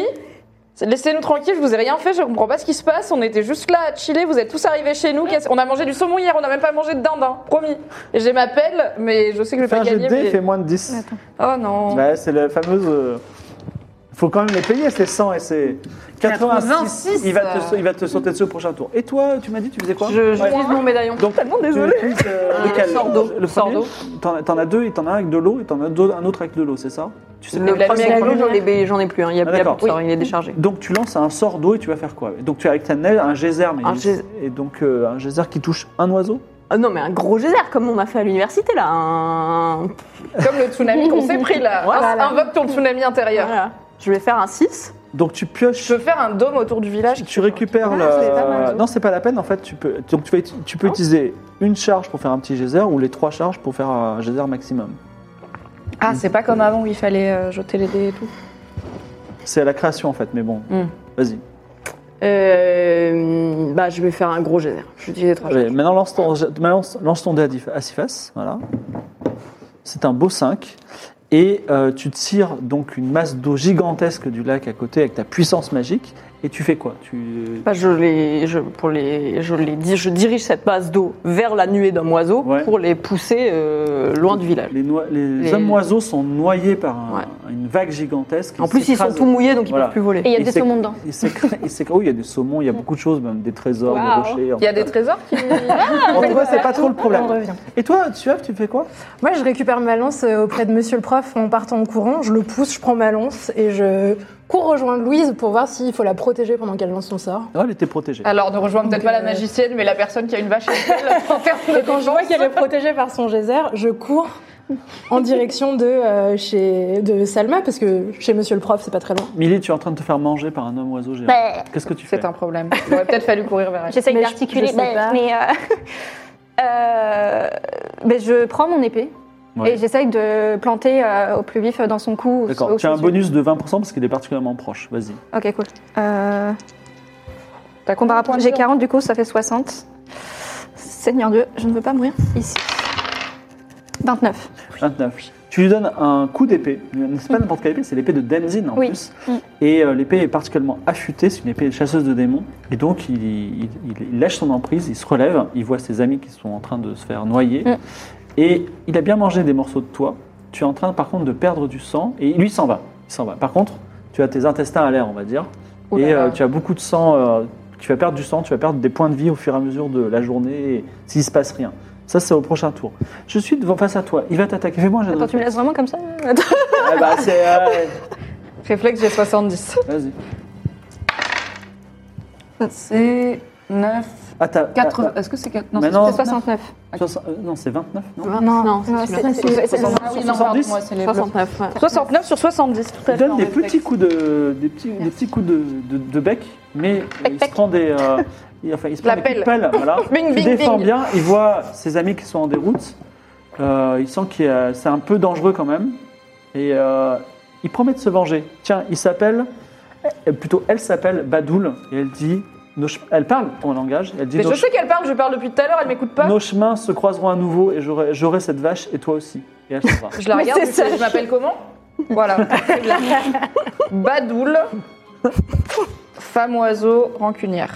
[SPEAKER 4] Laissez-nous tranquilles, je vous ai rien fait, je comprends pas ce qui se passe. On était juste là à chiller, vous êtes tous arrivés chez nous. Qu'est-ce- On a mangé du saumon hier, on n'a même pas mangé de dinde, hein, promis. Et j'ai ma pelle, mais je sais que je vais
[SPEAKER 2] Fais un
[SPEAKER 4] pas
[SPEAKER 2] jet de
[SPEAKER 4] gagner.
[SPEAKER 2] dés,
[SPEAKER 4] mais-
[SPEAKER 2] fait moins de 10.
[SPEAKER 4] Oh non.
[SPEAKER 2] Bah, c'est la fameuse. euh, Faut quand même les payer, ces 100 et ces 86.
[SPEAKER 4] 86,
[SPEAKER 2] il, va te, sa- il va te sauter dessus au prochain tour. Et toi, tu m'as dit, tu faisais quoi
[SPEAKER 6] Je-
[SPEAKER 2] Ouais.
[SPEAKER 6] J'utilise mon médaillon.
[SPEAKER 2] Donc, tellement désolé.
[SPEAKER 6] Euh,
[SPEAKER 2] lequel
[SPEAKER 6] sort d'eau.
[SPEAKER 2] Le
[SPEAKER 6] Sort
[SPEAKER 2] premier
[SPEAKER 6] d'eau.
[SPEAKER 2] T'en t'en as deux, et t'en as un avec de l'eau et t'en as deux- un autre avec de l'eau, c'est ça Tu sais
[SPEAKER 6] Le
[SPEAKER 2] lequel-
[SPEAKER 6] premier
[SPEAKER 2] le
[SPEAKER 6] avec
[SPEAKER 2] premier
[SPEAKER 6] l'eau, j'en ai- j'en ai plus. hein. Il y a
[SPEAKER 2] Ah,
[SPEAKER 6] il y a plus
[SPEAKER 2] d'accord.
[SPEAKER 6] de sort, il est déchargé.
[SPEAKER 2] Donc tu lances un sort d'eau et tu vas faire quoi Donc tu as avec ta neige un geyser, mais
[SPEAKER 6] Un geyser.
[SPEAKER 2] et donc euh, un geyser qui touche un oiseau
[SPEAKER 6] Ah non, mais un gros geyser, comme on a fait à l'université, là. Un-
[SPEAKER 4] Comme le tsunami qu'on s'est pris là.
[SPEAKER 6] Voilà.
[SPEAKER 4] Invoque ton tsunami intérieur.
[SPEAKER 6] Voilà. Je vais faire un 6.
[SPEAKER 2] Donc tu pioches,
[SPEAKER 4] Je veux faire un dôme autour du village.
[SPEAKER 2] tu récupères
[SPEAKER 4] Ah,
[SPEAKER 2] la-
[SPEAKER 4] c'est pas mal,
[SPEAKER 2] Non, c'est pas la peine en fait. Tu peux donc tu, vas ut- tu
[SPEAKER 6] Ah.
[SPEAKER 2] peux utiliser une charge pour faire un petit geyser ou les trois charges pour faire un geyser maximum.
[SPEAKER 4] Ah, c'est pas comme avant où il fallait euh, jeter les dés et tout.
[SPEAKER 2] C'est à la création en fait, mais bon.
[SPEAKER 4] Hmm.
[SPEAKER 2] Vas-y.
[SPEAKER 6] Euh, bah, je vais faire un gros geyser. Je vais utiliser trois.
[SPEAKER 2] Allez, maintenant lance ton, maintenant, lance- lance ton dé à dif- à six faces. Voilà. C'est un beau 5. Et euh, tu tires donc une masse d'eau gigantesque du lac à côté avec ta puissance magique. Et tu fais quoi tu...
[SPEAKER 6] Bah, je, les, je, pour les, je, les, di- je dirige cette base d'eau vers la nuée d'un oiseau
[SPEAKER 2] Ouais.
[SPEAKER 6] pour les pousser euh, loin du village.
[SPEAKER 2] Les, noi- les
[SPEAKER 6] Les-
[SPEAKER 2] hommes oiseaux sont noyés par un- une vague gigantesque.
[SPEAKER 6] En plus, ils sont
[SPEAKER 2] s'écrasent.
[SPEAKER 6] tout mouillés, donc ils
[SPEAKER 2] Voilà.
[SPEAKER 6] peuvent plus voler.
[SPEAKER 3] Et il y a
[SPEAKER 2] Et
[SPEAKER 3] des
[SPEAKER 2] c'est-
[SPEAKER 3] saumons dedans.
[SPEAKER 2] Ils s'écrasent- ils s'écrasent. Oui, il y a des saumons, il y a beaucoup de choses, même des trésors,
[SPEAKER 3] Waouh.
[SPEAKER 2] des rochers.
[SPEAKER 4] Il y a des trésors
[SPEAKER 2] <laughs>
[SPEAKER 4] qui.
[SPEAKER 2] En tout cas, c'est pas trop le
[SPEAKER 5] On
[SPEAKER 2] problème.
[SPEAKER 5] revient.
[SPEAKER 2] Et toi, Suave, tu fais quoi
[SPEAKER 5] Moi, je récupère ma lance euh, auprès de monsieur le prof en partant en courant. Je le pousse, je prends ma lance et je cours rejoindre Louise pour voir s'il faut la protéger pendant qu'elle lance son sort.
[SPEAKER 2] Non, Elle était protégée.
[SPEAKER 4] Alors, ne rejoins peut-être pas la magicienne, mais la personne qui a une vache et une pelle, en termes
[SPEAKER 5] <laughs>
[SPEAKER 4] de
[SPEAKER 5] Et quand je vois qu'elle est protégée par son geyser, je cours en direction de, euh, chez, de Salma parce que chez monsieur le prof, c'est pas très loin.
[SPEAKER 2] Milly, tu es en train de te faire manger par un homme oiseau géant.
[SPEAKER 3] Bah,
[SPEAKER 2] Qu'est-ce que tu fais
[SPEAKER 4] C'est un problème. Il aurait peut-être fallu courir vers elle.
[SPEAKER 3] J'essaye
[SPEAKER 5] Mais je-
[SPEAKER 3] d'articuler,
[SPEAKER 5] je sais
[SPEAKER 3] mais,
[SPEAKER 5] pas.
[SPEAKER 3] mais, euh, <laughs> euh, ben, je prends mon épée
[SPEAKER 2] Ouais.
[SPEAKER 3] et j'essaye de planter euh, au plus vif dans son cou. au-
[SPEAKER 2] D'accord,
[SPEAKER 3] au-
[SPEAKER 2] tu as un
[SPEAKER 3] au-
[SPEAKER 2] bonus de 20% parce qu'il est particulièrement proche. Vas-y.
[SPEAKER 3] Ok, cool. Euh, combat
[SPEAKER 4] T'as combien de points de
[SPEAKER 3] J'ai
[SPEAKER 4] vie
[SPEAKER 3] 40, du coup, ça fait 60. Seigneur Dieu, je ne veux pas mourir ici. 29.
[SPEAKER 2] 29. Tu lui donnes un coup d'épée. C'est pas n'importe quelle épée, c'est l'épée de Denzin en
[SPEAKER 3] Oui.
[SPEAKER 2] plus.
[SPEAKER 3] Mm.
[SPEAKER 2] Et euh, l'épée est particulièrement affûtée, c'est une épée chasseuse de démons. Et donc il, il- il- il lâche son emprise, il se relève, il voit ses amis qui sont en train de se faire noyer.
[SPEAKER 3] Mm.
[SPEAKER 2] Et il a bien mangé des morceaux de toi. Tu es en train par contre de perdre du sang. Et lui il s'en va. Il s'en va. Par contre, tu as tes intestins à l'air, on va dire.
[SPEAKER 4] Ouh là
[SPEAKER 2] et
[SPEAKER 4] là.
[SPEAKER 2] euh, tu as beaucoup de sang. euh, tu vas perdre du sang, tu vas perdre des points de vie au fur et à mesure de la journée et- s'il se passe rien. Ça, c'est au prochain tour. Je suis devant face à toi. Il va t'attaquer. Fais-moi un jet de
[SPEAKER 3] Attends, tu me laisses vraiment comme ça Attends.
[SPEAKER 2] Ah bah, c'est. euh,
[SPEAKER 4] Réflexe, j'ai 70.
[SPEAKER 2] Vas-y.
[SPEAKER 4] C'est 9.
[SPEAKER 2] Ah, t'as-
[SPEAKER 4] Quatre-
[SPEAKER 2] ah,
[SPEAKER 4] Est-ce que c'est 4
[SPEAKER 2] Mais non.
[SPEAKER 4] Non, c'est 69.
[SPEAKER 2] t'as- soixante- euh, non, c'est 29, non
[SPEAKER 5] Non,
[SPEAKER 6] c'est celui-là.
[SPEAKER 3] c'est- c'est-
[SPEAKER 4] Ah oui, non, pardon,
[SPEAKER 2] 70.
[SPEAKER 4] moi, c'est les bleus.
[SPEAKER 6] 69, ouais.
[SPEAKER 4] 69 sur 70, tout à fait.
[SPEAKER 2] Il donne
[SPEAKER 4] en
[SPEAKER 2] des
[SPEAKER 4] réflexe.
[SPEAKER 2] petits coups de, des petits, des petits coups de, de, de bec, mais il se prend des, euh, il- enfin, il se prend
[SPEAKER 4] La
[SPEAKER 2] des coups de
[SPEAKER 4] pelle.
[SPEAKER 2] pelle. Voilà.
[SPEAKER 4] <laughs> Bing,
[SPEAKER 2] il
[SPEAKER 4] bing,
[SPEAKER 2] défend
[SPEAKER 4] bing.
[SPEAKER 2] bien. Il voit ses amis qui sont en déroute. Euh, il sent que c'est un peu dangereux quand même, et euh, il promet de se venger. Tiens, il s'appelle, euh, plutôt elle s'appelle Badoul, et elle dit, nos ch- elle parle en langage. Elle dit,
[SPEAKER 4] Mais
[SPEAKER 2] nos,
[SPEAKER 4] je sais qu'elle parle, je parle depuis tout à l'heure, elle m'écoute pas.
[SPEAKER 2] nos chemins se croiseront à nouveau, et j'aurai j'aurai cette vache et toi aussi. Et elle s'en va.
[SPEAKER 4] Je la
[SPEAKER 5] Mais
[SPEAKER 4] regarde,
[SPEAKER 5] c'est
[SPEAKER 4] je,
[SPEAKER 5] ça.
[SPEAKER 4] fais, je m'appelle comment Voilà. Badoul. Femme oiseau rancunière.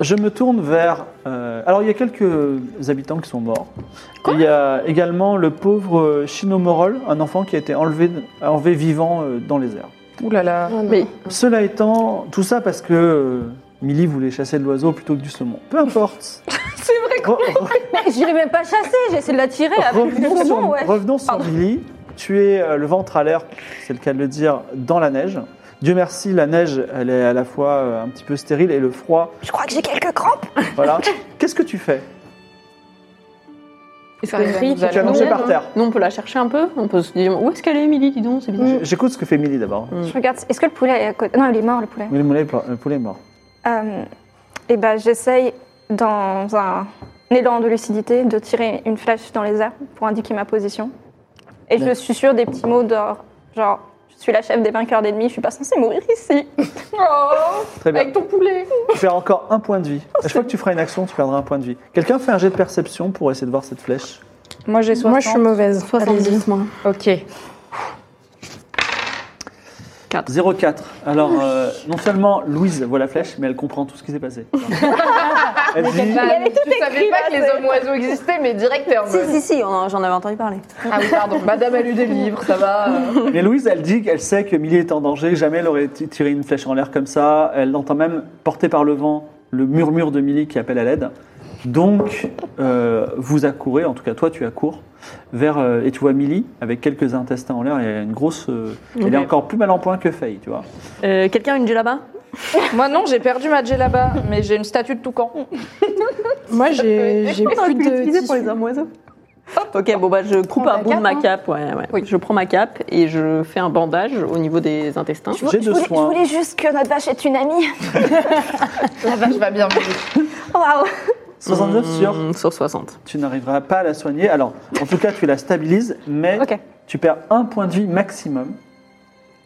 [SPEAKER 2] Je me tourne vers. euh, alors, il y a quelques habitants qui sont morts. il y a également le pauvre euh, Chinomorol, un enfant qui a été enlevé, enlevé vivant euh, dans les airs.
[SPEAKER 4] Ouh là là.
[SPEAKER 6] Mais
[SPEAKER 2] Cela étant, tout ça parce que euh, Millie voulait chasser de l'oiseau plutôt que du saumon. Peu importe.
[SPEAKER 3] <laughs> C'est vrai
[SPEAKER 2] Re- re-
[SPEAKER 3] que j'irai même pas chasser, j'ai essayé de la tirer avec du
[SPEAKER 2] revenons,
[SPEAKER 3] saumon,
[SPEAKER 2] sur,
[SPEAKER 3] ouais.
[SPEAKER 2] revenons sur
[SPEAKER 3] Pardon.
[SPEAKER 2] Millie. Tu es euh, le ventre à l'air, c'est le cas de le dire, dans la neige. Dieu merci, la neige, elle est à la fois euh, un petit peu stérile et le froid.
[SPEAKER 3] Je crois que j'ai quelques crampes. <laughs>
[SPEAKER 2] Voilà. Qu'est-ce que tu fais
[SPEAKER 4] Est-ce
[SPEAKER 6] que Ri,
[SPEAKER 4] vous allez
[SPEAKER 2] Tu as
[SPEAKER 6] Alors,
[SPEAKER 2] mangé
[SPEAKER 6] on
[SPEAKER 2] par
[SPEAKER 6] aime,
[SPEAKER 2] terre.
[SPEAKER 6] nous, on peut la chercher un peu. On peut se dire où est-ce qu'elle est, Émilie Dis donc, c'est bizarre.
[SPEAKER 2] J'écoute ce que fait Millie d'abord.
[SPEAKER 3] Je regarde, est-ce que le poulet est à côté Non, il est mort le poulet.
[SPEAKER 2] Oui, le poulet est mort- le poulet est mort.
[SPEAKER 3] Euh, et ben j'essaye dans un élan de lucidité de tirer une flèche dans les airs pour indiquer ma position. Et je
[SPEAKER 2] D'accord.
[SPEAKER 3] suis sûre des petits mots d'or, genre je suis la chef des vainqueurs d'ennemis, je suis pas censée mourir ici.
[SPEAKER 4] Oh,
[SPEAKER 2] Très bien.
[SPEAKER 4] avec Oh, ton poulet.
[SPEAKER 2] Tu perds encore un point de vie. À chaque fois que tu feras une action, tu perdras un point de vie. Quelqu'un fait un jet de perception pour essayer de voir cette flèche.
[SPEAKER 4] Moi j'ai 60.
[SPEAKER 5] Moi, je suis mauvaise. Allez-y.
[SPEAKER 6] 70 moins.
[SPEAKER 3] Mm.
[SPEAKER 4] Ok.
[SPEAKER 2] 04. Alors, euh, non seulement Louise voit la flèche, mais elle comprend tout ce qui s'est
[SPEAKER 4] <laughs>
[SPEAKER 2] passé. Elle dit,
[SPEAKER 4] Bah,
[SPEAKER 3] avait tout
[SPEAKER 4] je savais
[SPEAKER 3] écrit,
[SPEAKER 4] pas
[SPEAKER 3] là,
[SPEAKER 4] que les
[SPEAKER 3] c'est-
[SPEAKER 4] hommes oiseaux existaient, mais direct t'es en
[SPEAKER 6] Si,
[SPEAKER 4] mode-
[SPEAKER 6] si, si, on- j'en avais entendu parler.
[SPEAKER 4] Ah oui, pardon. Madame a lu des livres, ça <laughs> va. euh.
[SPEAKER 2] mais Louise, elle dit qu'elle sait que Millie est en danger, jamais elle aurait t- tiré une flèche en l'air comme ça. Elle entend même, portée par le vent, le murmure de Millie qui appelle à l'aide. Donc, euh, vous accourez, en tout cas toi tu accours, vers, euh, et tu vois Millie avec quelques intestins en l'air, et une grosse... euh, Elle est encore plus mal en point que Faye, tu vois.
[SPEAKER 6] Euh, Quelqu'un a une là-bas
[SPEAKER 4] Moi non, j'ai perdu ma là-bas, mais j'ai une statue de toucan.
[SPEAKER 5] Moi, j'ai j'ai plus de. tissu.
[SPEAKER 6] oiseaux. Ok, bon bah je coupe
[SPEAKER 5] prends
[SPEAKER 6] un
[SPEAKER 5] ta
[SPEAKER 6] bout de
[SPEAKER 5] cape,
[SPEAKER 6] ma
[SPEAKER 5] hein.
[SPEAKER 6] cape, ouais, ouais. Je prends ma cape et je fais un bandage au niveau des intestins.
[SPEAKER 3] Je, vou-
[SPEAKER 2] J'ai
[SPEAKER 3] je
[SPEAKER 2] de
[SPEAKER 3] voulais, je
[SPEAKER 2] soin.
[SPEAKER 3] voulais juste que notre vache est une amie. <laughs>
[SPEAKER 4] La vache va bien.
[SPEAKER 2] 69 sur
[SPEAKER 6] Mmh, sur 60.
[SPEAKER 2] tu n'arriveras pas à la soigner. Alors, en tout cas, tu la stabilises, mais
[SPEAKER 3] Ok.
[SPEAKER 2] tu perds un point de vie maximum.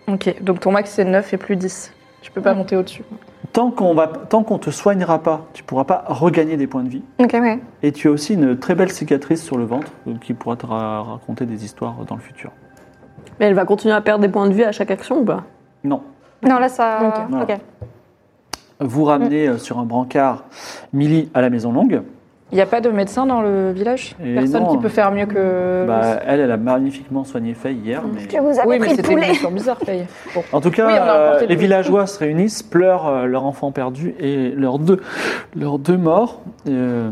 [SPEAKER 4] Ok, donc ton max c'est 9 et plus 10. Je peux pas monter au-dessus.
[SPEAKER 2] Tant qu'on va, tant qu'on te soignera pas, tu pourras pas regagner des points de vie.
[SPEAKER 3] Ok, ouais.
[SPEAKER 2] Et tu as aussi une très belle cicatrice sur le ventre euh, qui pourra te ra- raconter des histoires dans le futur.
[SPEAKER 6] Mais elle va continuer à perdre des points de vue à chaque action ou pas
[SPEAKER 2] Non.
[SPEAKER 3] Non, là ça.
[SPEAKER 5] Ok.
[SPEAKER 3] Ok.
[SPEAKER 2] Voilà. Vous ramenez euh, sur un brancard Millie à la Maison Longue.
[SPEAKER 4] Il n'y a pas de médecin dans le village
[SPEAKER 2] Et
[SPEAKER 4] Personne
[SPEAKER 2] non.
[SPEAKER 4] qui peut faire mieux que.
[SPEAKER 2] Bah, elle, elle a magnifiquement soigné Faye hier. mais-
[SPEAKER 3] Je vous avais
[SPEAKER 4] oui, mais
[SPEAKER 3] pris le
[SPEAKER 4] c'était une
[SPEAKER 3] poulet.
[SPEAKER 4] blessure bizarre, Faye. Bon.
[SPEAKER 2] En tout cas,
[SPEAKER 4] Mm, Oui, on a
[SPEAKER 2] euh,
[SPEAKER 4] emporté
[SPEAKER 2] les
[SPEAKER 4] tout.
[SPEAKER 2] villageois se réunissent, pleurent euh, leur enfant perdu et leurs deux, leurs deux morts. Euh,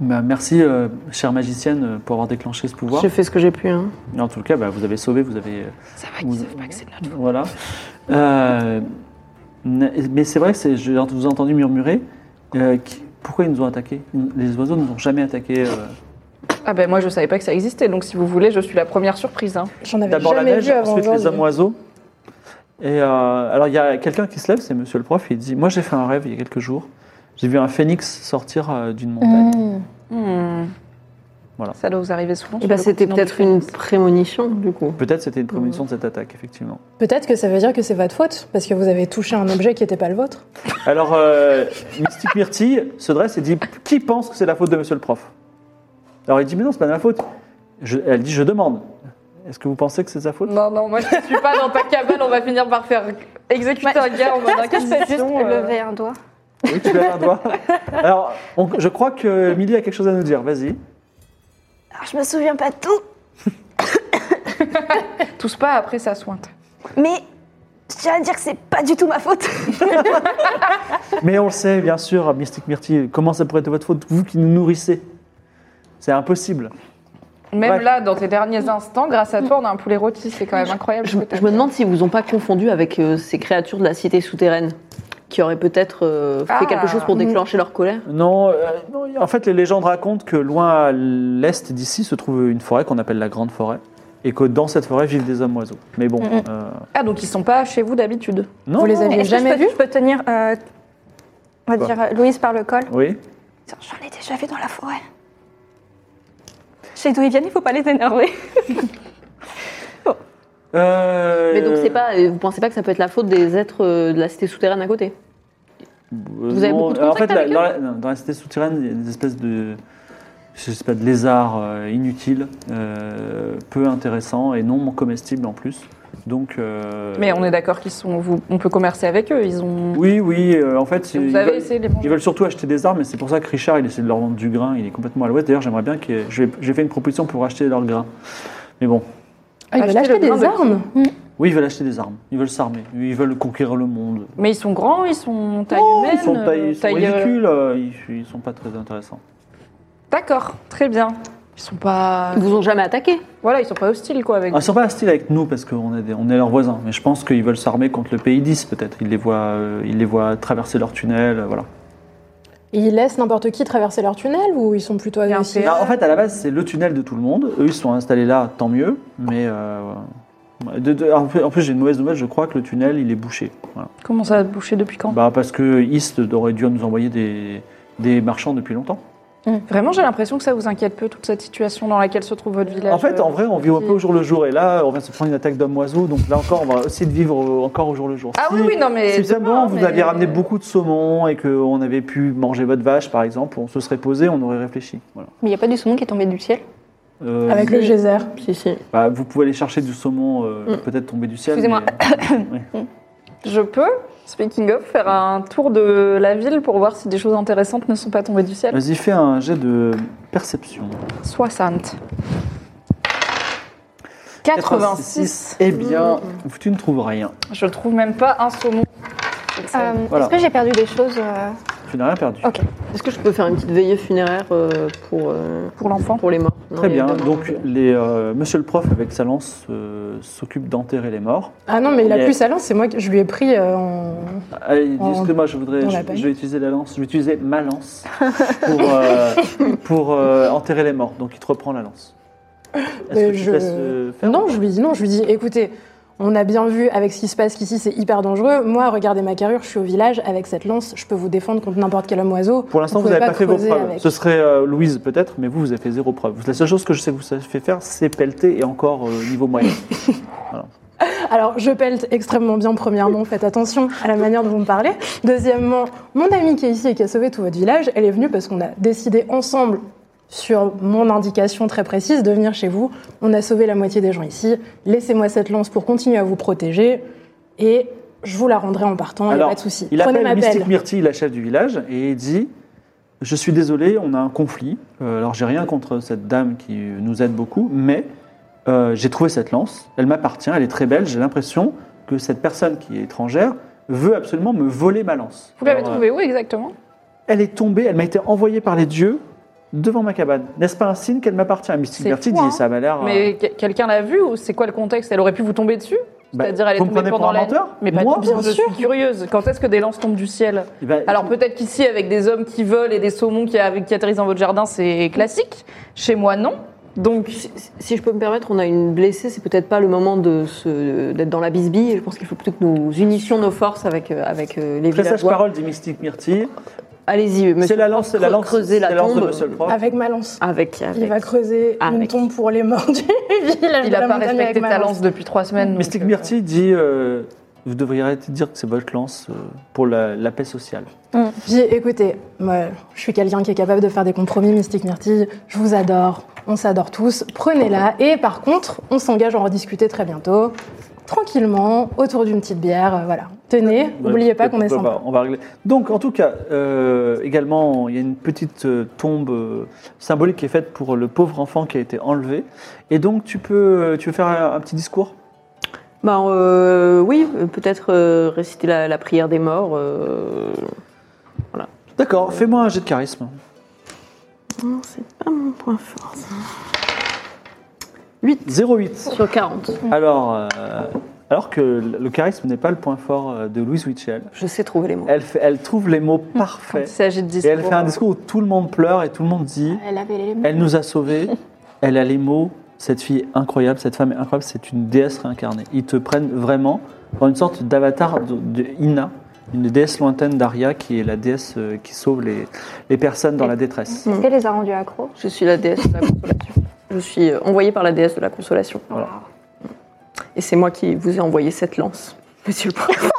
[SPEAKER 2] bah, merci, euh, chère magicienne, euh, pour avoir déclenché ce pouvoir.
[SPEAKER 6] J'ai fait ce que j'ai pu. hein.
[SPEAKER 2] En tout cas, bah, vous avez sauvé, vous avez...
[SPEAKER 4] Ça va,
[SPEAKER 2] vous-
[SPEAKER 4] qu'ils savent pas que c'est de notre.
[SPEAKER 2] Voilà. Euh, n- mais c'est vrai que c'est- je vous ai entendu murmurer. euh, qui- pourquoi ils nous ont attaqués Ils- Les oiseaux ne nous ont jamais attaqués. euh.
[SPEAKER 4] Ah ben moi je savais pas que ça existait, donc si vous voulez, je suis la première surprise. hein.
[SPEAKER 5] J'en avais
[SPEAKER 2] D'abord la
[SPEAKER 5] jamais
[SPEAKER 2] neige,
[SPEAKER 5] vu avant
[SPEAKER 2] ensuite les hommes
[SPEAKER 5] aujourd'hui.
[SPEAKER 2] oiseaux. Et euh, alors il y a quelqu'un qui se lève, c'est Monsieur le prof. Il dit Moi j'ai fait un rêve il y a quelques jours. J'ai vu un phénix sortir euh, d'une
[SPEAKER 4] Mmh.
[SPEAKER 2] montagne.
[SPEAKER 4] Hmm.
[SPEAKER 2] Voilà.
[SPEAKER 4] Ça doit vous arriver souvent.
[SPEAKER 6] Et
[SPEAKER 4] sur
[SPEAKER 6] bah
[SPEAKER 4] le
[SPEAKER 6] c'était
[SPEAKER 4] continent
[SPEAKER 6] peut-être
[SPEAKER 4] du-
[SPEAKER 6] une prémonition du coup.
[SPEAKER 2] Peut-être c'était une
[SPEAKER 4] Mmh.
[SPEAKER 2] prémonition de cette attaque, effectivement.
[SPEAKER 5] Peut-être que ça veut dire que c'est votre faute, parce que vous avez touché un objet qui n'était pas le vôtre.
[SPEAKER 2] Alors euh, Mystique Myrtille se dresse et dit Qui pense que c'est la faute de Monsieur le prof Alors il dit Mais non, c'est pas de ma faute. Je- elle dit Je demande. Est-ce que vous pensez que c'est de sa faute
[SPEAKER 4] Non, non, moi je suis pas dans ta cabane, on va finir par faire exécuter un gars en mode
[SPEAKER 3] Est-ce que je peux juste
[SPEAKER 4] inquisition. euh.
[SPEAKER 3] lever un doigt
[SPEAKER 2] Oui, tu lèves un doigt. Alors on- je crois que Millie a quelque chose à nous dire. Vas-y.
[SPEAKER 3] Alors, Ah, Je me souviens pas de tout,
[SPEAKER 4] Tousse pas après ça sointe.
[SPEAKER 3] mais je tiens à dire que c'est pas du tout ma faute.
[SPEAKER 2] Mais on le sait, bien sûr, Mystique Myrtille, comment ça pourrait être votre faute, vous qui nous nourrissez C'est impossible.
[SPEAKER 4] Même
[SPEAKER 2] Bref.
[SPEAKER 4] là, dans tes derniers instants, grâce à toi, on a un poulet rôti. C'est quand même incroyable.
[SPEAKER 6] Mm. Je,
[SPEAKER 4] ce que t'as
[SPEAKER 6] je me
[SPEAKER 4] fait.
[SPEAKER 6] demande s'ils vous ont pas confondu avec euh, ces créatures de la cité souterraine qui auraient peut-être euh, fait
[SPEAKER 4] Ah.
[SPEAKER 6] quelque chose pour déclencher leur colère.
[SPEAKER 2] Non, euh, non, en fait, les légendes racontent que loin à l'est d'ici se trouve une forêt qu'on appelle la Grande Forêt. Et que dans cette forêt vivent des hommes oiseaux. Mais bon. euh,
[SPEAKER 4] Ah, donc ils sont pas chez vous d'habitude.
[SPEAKER 2] non,
[SPEAKER 5] Vous les
[SPEAKER 2] non,
[SPEAKER 5] aviez
[SPEAKER 3] Est-ce que
[SPEAKER 5] jamais
[SPEAKER 3] je peux,
[SPEAKER 5] vus
[SPEAKER 3] je peux tenir, euh, on va
[SPEAKER 2] Quoi
[SPEAKER 3] dire, euh, Louise par le col
[SPEAKER 2] Oui.
[SPEAKER 3] J'en ai déjà vu dans la forêt. Je sais d'où ils viennent, il faut pas les énerver.
[SPEAKER 2] Euh,
[SPEAKER 6] Mais donc c'est pas, vous pensez pas que ça peut être la faute des êtres euh, de la cité souterraine à côté
[SPEAKER 2] Vous
[SPEAKER 6] avez beaucoup de
[SPEAKER 2] euh, En fait,
[SPEAKER 6] contacts
[SPEAKER 2] la-
[SPEAKER 6] avec
[SPEAKER 2] dans, la, non, dans la cité souterraine, il y a des espèces de, je sais pas, de lézards euh, inutiles, euh, peu intéressants et non comestibles en plus. Donc. euh,
[SPEAKER 4] Mais on est d'accord qu'ils sont. vous- on peut commercer avec eux. Ils ont.
[SPEAKER 2] Oui, oui. euh, en fait,
[SPEAKER 4] vous
[SPEAKER 2] ils
[SPEAKER 4] avez
[SPEAKER 2] veulent-
[SPEAKER 4] essayé de les manger.
[SPEAKER 2] Ils veulent surtout acheter des armes, et c'est pour ça que Richard, il essaie de leur vendre du grain. Il est complètement à l'ouest. D'ailleurs, j'aimerais bien que j'ai j'ai fait une proposition pour acheter leur grain. Mais bon,
[SPEAKER 5] Ah, Ils veulent
[SPEAKER 4] Acheter
[SPEAKER 5] acheter
[SPEAKER 4] le grain
[SPEAKER 5] des
[SPEAKER 4] de
[SPEAKER 5] armes
[SPEAKER 2] oui, ils veulent acheter des armes. Ils veulent s'armer. Ils veulent conquérir le monde.
[SPEAKER 4] Mais ils sont grands, ils sont taille
[SPEAKER 2] Non,
[SPEAKER 4] humaine.
[SPEAKER 2] ils sont, pas-
[SPEAKER 4] euh,
[SPEAKER 2] ils sont
[SPEAKER 4] taille, euh,
[SPEAKER 2] ridicules. euh, Ils, ils sont pas très intéressants.
[SPEAKER 4] D'accord, très bien. Ils sont pas.
[SPEAKER 6] Ils vous ont jamais attaqué
[SPEAKER 4] Voilà, ils sont pas hostiles quoi avec.
[SPEAKER 2] Ah, Ils sont pas hostiles avec nous parce qu'on est, des- on est leurs voisins. Mais je pense qu'ils veulent s'armer contre le pays 10 peut-être. Ils les voient, euh, ils les voient traverser leur tunnel, euh, voilà.
[SPEAKER 5] Ils laissent n'importe qui traverser leur tunnel ou ils sont plutôt
[SPEAKER 4] y a un
[SPEAKER 5] agressifs
[SPEAKER 2] Non, Bah, en fait, à la base, c'est le tunnel de tout le monde. Eux, ils sont installés là, tant mieux. Mais euh, de- de- en plus, en plus, j'ai une mauvaise nouvelle. Je crois que le tunnel, il est bouché. Voilà.
[SPEAKER 4] Comment ça a bouché depuis quand
[SPEAKER 2] Bah parce que East aurait dû nous envoyer des, des marchands depuis longtemps.
[SPEAKER 6] Mm.
[SPEAKER 4] Vraiment, j'ai l'impression que ça vous inquiète peu toute cette situation dans laquelle se trouve votre village. euh,
[SPEAKER 2] En fait, en vrai, on vit un peu au jour le jour. Et là, on vient de se prendre une attaque d'hommes oiseaux. Donc là encore, on va essayer de vivre euh, encore au jour le jour.
[SPEAKER 4] Ah oui, oui, non, mais
[SPEAKER 2] Si
[SPEAKER 4] demain,
[SPEAKER 2] simplement vous
[SPEAKER 4] mais-
[SPEAKER 2] aviez ramené beaucoup de saumon et qu'on avait pu manger votre vache, par exemple, on se serait posé, on aurait réfléchi. Voilà.
[SPEAKER 6] Mais il n'y a pas du saumon qui est tombé du ciel
[SPEAKER 2] Euh,
[SPEAKER 5] avec le geyser.
[SPEAKER 6] Si, si.
[SPEAKER 2] bah, vous pouvez aller chercher du saumon, euh, peut-être tombé du ciel.
[SPEAKER 3] Excusez-moi.
[SPEAKER 2] mais- euh, Oui.
[SPEAKER 4] Je peux, speaking of, faire un tour de la ville pour voir si des choses intéressantes ne sont pas tombées du ciel.
[SPEAKER 2] Vas-y, fais un jet de perception.
[SPEAKER 4] 60. 86.
[SPEAKER 2] Eh bien, tu ne trouves rien.
[SPEAKER 4] Je trouve même pas un saumon.
[SPEAKER 3] Euh,
[SPEAKER 2] Voilà.
[SPEAKER 3] Est-ce que j'ai perdu des choses euh,
[SPEAKER 2] Tu n'as rien perdu.
[SPEAKER 3] Ok.
[SPEAKER 6] Est-ce que je peux faire une petite veillée funéraire euh, pour, euh,
[SPEAKER 4] Pour l'enfant.
[SPEAKER 6] Pour les morts. Non,
[SPEAKER 2] Très
[SPEAKER 6] il y a
[SPEAKER 2] bien.
[SPEAKER 6] deux morts.
[SPEAKER 2] Donc, les, euh, monsieur le prof, avec sa lance, euh, s'occupe d'enterrer les morts.
[SPEAKER 5] Ah non, mais il a
[SPEAKER 2] Mais-
[SPEAKER 5] plus sa lance, c'est moi que je lui ai pris euh, en.
[SPEAKER 2] Allez,
[SPEAKER 5] On-
[SPEAKER 2] excuse-moi, je voudrais.
[SPEAKER 5] on
[SPEAKER 2] Je,
[SPEAKER 5] l'a pas
[SPEAKER 2] je
[SPEAKER 5] eu.
[SPEAKER 2] vais utiliser la lance. Je vais utiliser ma lance pour,
[SPEAKER 5] <laughs>
[SPEAKER 2] euh, pour euh, enterrer les morts. Donc, il te reprend la lance. Est-ce
[SPEAKER 5] Mais
[SPEAKER 2] que tu
[SPEAKER 5] je-
[SPEAKER 2] te laisses euh, faire
[SPEAKER 5] Non, je lui dis non, je lui dis écoutez, on a bien vu avec ce qui se passe qu'ici c'est hyper dangereux. Moi, regardez ma carrure, je suis au village avec cette lance, je peux vous défendre contre n'importe quel homme oiseau.
[SPEAKER 2] Pour l'instant,
[SPEAKER 5] Vous
[SPEAKER 2] vous n'avez
[SPEAKER 5] pouvez
[SPEAKER 2] pas,
[SPEAKER 5] pas
[SPEAKER 2] fait vos
[SPEAKER 5] creuser
[SPEAKER 2] preuves.
[SPEAKER 5] avec.
[SPEAKER 2] Ce serait euh, Louise peut-être, mais vous, vous avez fait zéro preuve. La seule chose que je sais que vous savez faire, c'est pelleter et encore euh, niveau moyen.
[SPEAKER 5] Alors, je pelte extrêmement bien, premièrement, faites attention à la manière dont vous me parlez. Deuxièmement, mon amie qui est ici et qui a sauvé tout votre village, elle est venue parce qu'on a décidé ensemble, sur mon indication très précise, de venir chez vous. On a sauvé la moitié des gens ici. Laissez-moi cette lance pour continuer à vous protéger et je vous la rendrai en partant, il n'y a pas de souci.
[SPEAKER 2] Il
[SPEAKER 5] Prenez
[SPEAKER 2] appelle
[SPEAKER 5] ma
[SPEAKER 2] Mystique
[SPEAKER 5] pelle.
[SPEAKER 2] Myrtille, la chef du village, et il dit Je suis désolé, on a un conflit. Euh, alors, j'ai rien contre cette dame qui nous aide beaucoup, mais euh, j'ai trouvé cette lance. Elle m'appartient, elle est très belle. J'ai l'impression que cette personne qui est étrangère veut absolument me voler ma lance.
[SPEAKER 4] Vous l'avez
[SPEAKER 2] Alors, euh,
[SPEAKER 4] trouvé où exactement
[SPEAKER 2] Elle est tombée, elle m'a été envoyée par les dieux devant ma cabane. N'est-ce pas un signe qu'elle m'appartient Mystique
[SPEAKER 4] C'est
[SPEAKER 2] Myrtille
[SPEAKER 4] fou,
[SPEAKER 2] dit
[SPEAKER 4] hein.
[SPEAKER 2] Ça m'a l'air. euh,
[SPEAKER 4] Mais que- quelqu'un l'a vu ou c'est quoi le contexte Elle aurait pu vous tomber dessus
[SPEAKER 2] Bah,
[SPEAKER 4] C'est-à-dire elle est
[SPEAKER 2] vous me
[SPEAKER 4] tombée
[SPEAKER 2] prenez
[SPEAKER 4] pendant
[SPEAKER 2] pour un
[SPEAKER 4] la
[SPEAKER 2] menteur
[SPEAKER 4] Mais pas
[SPEAKER 2] Moi
[SPEAKER 4] du tout,
[SPEAKER 2] Bien
[SPEAKER 4] je
[SPEAKER 2] sûr.
[SPEAKER 4] suis curieuse. Quand est-ce que des lances tombent du ciel
[SPEAKER 2] eh ben,
[SPEAKER 4] Alors peut-être qu'ici, avec des hommes qui volent et des saumons qui, avec- qui atterrissent dans votre jardin, c'est classique. Chez moi, non. Donc,
[SPEAKER 6] Si- Si je peux me permettre, on a une blessée, c'est peut-être pas le moment de se- d'être dans la bisbille. Je pense qu'il faut plutôt que nous unissions nos forces avec, euh, avec euh, les
[SPEAKER 2] Très sage
[SPEAKER 6] villageois.
[SPEAKER 2] parole dit Mystique Myrtille.
[SPEAKER 6] Allez-y, monsieur.
[SPEAKER 2] C'est la lance, c'est la
[SPEAKER 6] Cre-
[SPEAKER 2] lance,
[SPEAKER 6] creuser la
[SPEAKER 2] c'est lance de
[SPEAKER 6] tombe.
[SPEAKER 2] Monsieur le Prof.
[SPEAKER 5] Avec ma lance.
[SPEAKER 6] Avec,
[SPEAKER 4] Ah,
[SPEAKER 5] Il
[SPEAKER 6] avec.
[SPEAKER 5] va creuser une
[SPEAKER 6] Avec.
[SPEAKER 5] tombe pour les morts du <laughs> village.
[SPEAKER 4] il
[SPEAKER 5] de
[SPEAKER 4] n'a
[SPEAKER 5] la
[SPEAKER 4] pas
[SPEAKER 5] montagne avec
[SPEAKER 4] respecté
[SPEAKER 5] ma
[SPEAKER 4] ta lance depuis trois semaines.
[SPEAKER 2] Mystique
[SPEAKER 4] donc, euh,
[SPEAKER 2] Myrtille dit euh, Vous devriez arrêter de dire que c'est votre lance euh, pour la, la paix sociale.
[SPEAKER 5] Puis écoutez, moi je suis quelqu'un qui est capable de faire des compromis, Mystique Myrtille. Je vous adore, on s'adore tous. Prenez-la. Et par contre, on s'engage à en rediscuter très bientôt, tranquillement, autour d'une petite bière. euh, Voilà. Tenez, n'oubliez pas qu'on est
[SPEAKER 2] Pourquoi
[SPEAKER 5] sympa.
[SPEAKER 2] pas, On va régler. Donc, en tout cas, euh, également, il y a une petite euh, tombe euh, symbolique qui est faite pour le pauvre enfant qui a été enlevé. Et donc, tu peux, euh, tu veux faire un, un petit discours
[SPEAKER 6] Ben, euh, oui, euh, peut-être euh, réciter la, la prière des morts. euh,
[SPEAKER 2] D'accord, fais-moi un jet de charisme.
[SPEAKER 6] Non, c'est pas mon point fort. ça.
[SPEAKER 2] 08.
[SPEAKER 6] Sur 40.
[SPEAKER 2] Alors, euh, alors que le charisme n'est pas le point fort euh, de Louise Witchell,
[SPEAKER 6] Je sais trouver les mots.
[SPEAKER 2] elle, fait- elle trouve les mots
[SPEAKER 4] Quand il
[SPEAKER 2] parfaits.
[SPEAKER 4] s'agit de
[SPEAKER 2] Et
[SPEAKER 4] discours.
[SPEAKER 2] elle fait un discours où tout le monde pleure et tout le monde dit
[SPEAKER 5] Elle avait les
[SPEAKER 2] Elle nous a sauvés, elle a les mots, cette fille est incroyable, cette femme est incroyable, c'est une déesse réincarnée. Ils te prennent vraiment pour une sorte d'avatar de, de Ina, une déesse lointaine d'Aria qui est la déesse euh, qui sauve les, les personnes dans la détresse.
[SPEAKER 3] Est-ce qu'elle les a rendus accros
[SPEAKER 6] Je suis la déesse de la consolation. Je suis euh, envoyée par la déesse de la consolation.
[SPEAKER 2] Voilà.
[SPEAKER 6] Et c'est moi qui vous ai envoyé cette lance, monsieur le prince,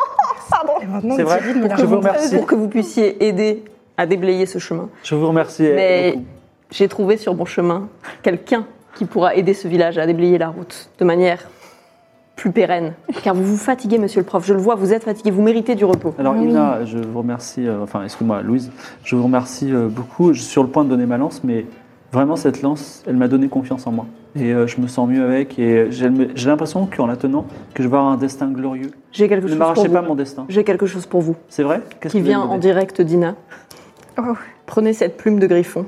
[SPEAKER 2] C'est vrai Je vous remercie.
[SPEAKER 6] pour que vous puissiez aider à déblayer ce chemin.
[SPEAKER 2] Je vous remercie. euh,
[SPEAKER 6] Mais
[SPEAKER 2] beaucoup.
[SPEAKER 6] j'ai trouvé sur mon chemin quelqu'un qui pourra aider ce village à déblayer la route de manière plus pérenne. Car vous vous fatiguez, monsieur le prof. Je le vois, vous êtes fatigué, vous méritez du repos.
[SPEAKER 2] Alors Ina, je vous remercie, euh, enfin excuse-moi Louise, je vous remercie euh, beaucoup. Je suis sur le point de donner ma lance, mais vraiment cette lance, elle m'a donné confiance en moi. Et euh, je me sens mieux avec et euh, j'ai j'ai l'impression qu'en la tenant, que je vais avoir un destin glorieux.
[SPEAKER 6] J'ai quelque
[SPEAKER 2] Ne
[SPEAKER 6] chose pour
[SPEAKER 2] m'arrachez
[SPEAKER 6] vous.
[SPEAKER 2] pas mon destin.
[SPEAKER 6] J'ai quelque chose pour vous
[SPEAKER 2] C'est vrai Qu'est-ce
[SPEAKER 6] qui
[SPEAKER 2] que vous allez
[SPEAKER 6] vient
[SPEAKER 2] me
[SPEAKER 6] en
[SPEAKER 2] donner
[SPEAKER 6] direct d'Ina. Prenez cette plume de griffon.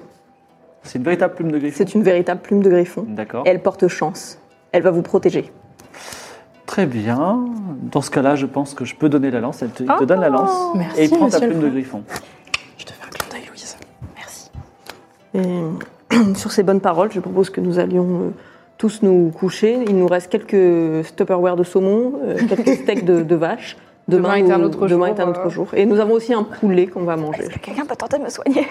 [SPEAKER 2] C'est une véritable plume de griffon.
[SPEAKER 6] C'est une véritable plume de griffon.
[SPEAKER 2] D'accord.
[SPEAKER 6] Elle porte chance. Elle va vous protéger.
[SPEAKER 2] Très bien. Dans ce cas-là, je pense que je peux donner la lance. Elle te, il te donne la lance
[SPEAKER 5] Merci,
[SPEAKER 2] et il prend ta
[SPEAKER 5] monsieur le
[SPEAKER 2] plume de griffon.
[SPEAKER 5] Je te fais un clin d'œil, Louise. Merci.
[SPEAKER 6] Et <clears throat> sur ces bonnes paroles, je propose que nous allions euh, tous nous coucher. Il nous reste quelques Tupperware de saumon,
[SPEAKER 4] <laughs>
[SPEAKER 6] euh, quelques steaks de, de vache.
[SPEAKER 4] Demain est un
[SPEAKER 6] ou-
[SPEAKER 4] autre
[SPEAKER 6] demain
[SPEAKER 4] jour,
[SPEAKER 6] est un autre
[SPEAKER 4] euh.
[SPEAKER 6] jour. Et nous avons aussi un poulet qu'on va manger.
[SPEAKER 3] Quelqu'un peut tenter de me soigner.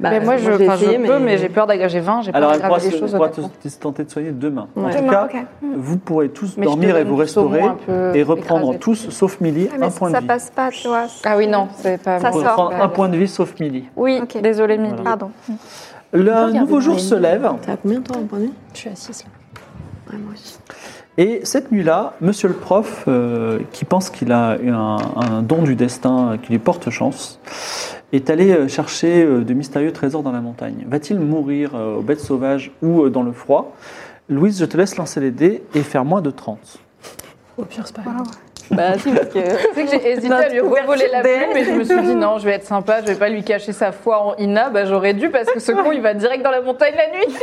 [SPEAKER 6] Bah,
[SPEAKER 4] mais moi, je,
[SPEAKER 6] l'ai
[SPEAKER 4] enfin, je
[SPEAKER 6] essayé,
[SPEAKER 4] peux, mais j'ai peur d'agréger 20, j'ai
[SPEAKER 2] Alors,
[SPEAKER 4] peur
[SPEAKER 2] elle pourra,
[SPEAKER 4] d'aggraver
[SPEAKER 2] se,
[SPEAKER 4] les choses.
[SPEAKER 2] pourra
[SPEAKER 4] honnêtement.
[SPEAKER 2] te- tenter de soigner demain. En
[SPEAKER 6] Ouais.
[SPEAKER 2] tout
[SPEAKER 3] Demain,
[SPEAKER 2] cas,
[SPEAKER 3] ok.
[SPEAKER 2] vous pourrez tous
[SPEAKER 4] Mais je te
[SPEAKER 2] dormir et
[SPEAKER 4] donne
[SPEAKER 2] vous
[SPEAKER 4] du
[SPEAKER 2] restaurer
[SPEAKER 4] saumon un peu euh,
[SPEAKER 2] et reprendre
[SPEAKER 4] écrasé.
[SPEAKER 2] tous, sauf Millie,
[SPEAKER 3] Ah,
[SPEAKER 9] mais
[SPEAKER 2] un point
[SPEAKER 9] ça
[SPEAKER 2] de vie.
[SPEAKER 9] passe pas, tu vois.
[SPEAKER 4] Ah oui, non, c'est pas
[SPEAKER 3] Ça
[SPEAKER 4] bon.
[SPEAKER 2] Vous
[SPEAKER 3] sort.
[SPEAKER 2] reprendre un point de vie, sauf Millie.
[SPEAKER 4] Oui,
[SPEAKER 9] Ok.
[SPEAKER 4] désolé, Midi.
[SPEAKER 2] Voilà.
[SPEAKER 9] Pardon.
[SPEAKER 2] Le nouveau jour se lève
[SPEAKER 6] T'as combien toi, en point de vue
[SPEAKER 5] Je suis assise là.
[SPEAKER 6] Ouais, moi aussi.
[SPEAKER 2] et cette nuit-là, Monsieur le prof, euh, qui pense qu'il a eu un, un don du destin euh, qui lui porte chance, est allé euh, chercher euh, de mystérieux trésors dans la montagne. Va-t-il mourir euh, aux bêtes sauvages ou euh, dans le froid Louise, je te laisse lancer les dés et faire moins de 30.
[SPEAKER 5] Au pire, c'est pas
[SPEAKER 6] Bah, si, parce que.
[SPEAKER 4] <laughs> C'est que j'ai hésité à lui voler la plume, mais je me suis dit non, je vais être sympa, je vais pas lui cacher sa foi en Ina. Bah, j'aurais dû parce que ce con, il va direct dans la montagne la nuit.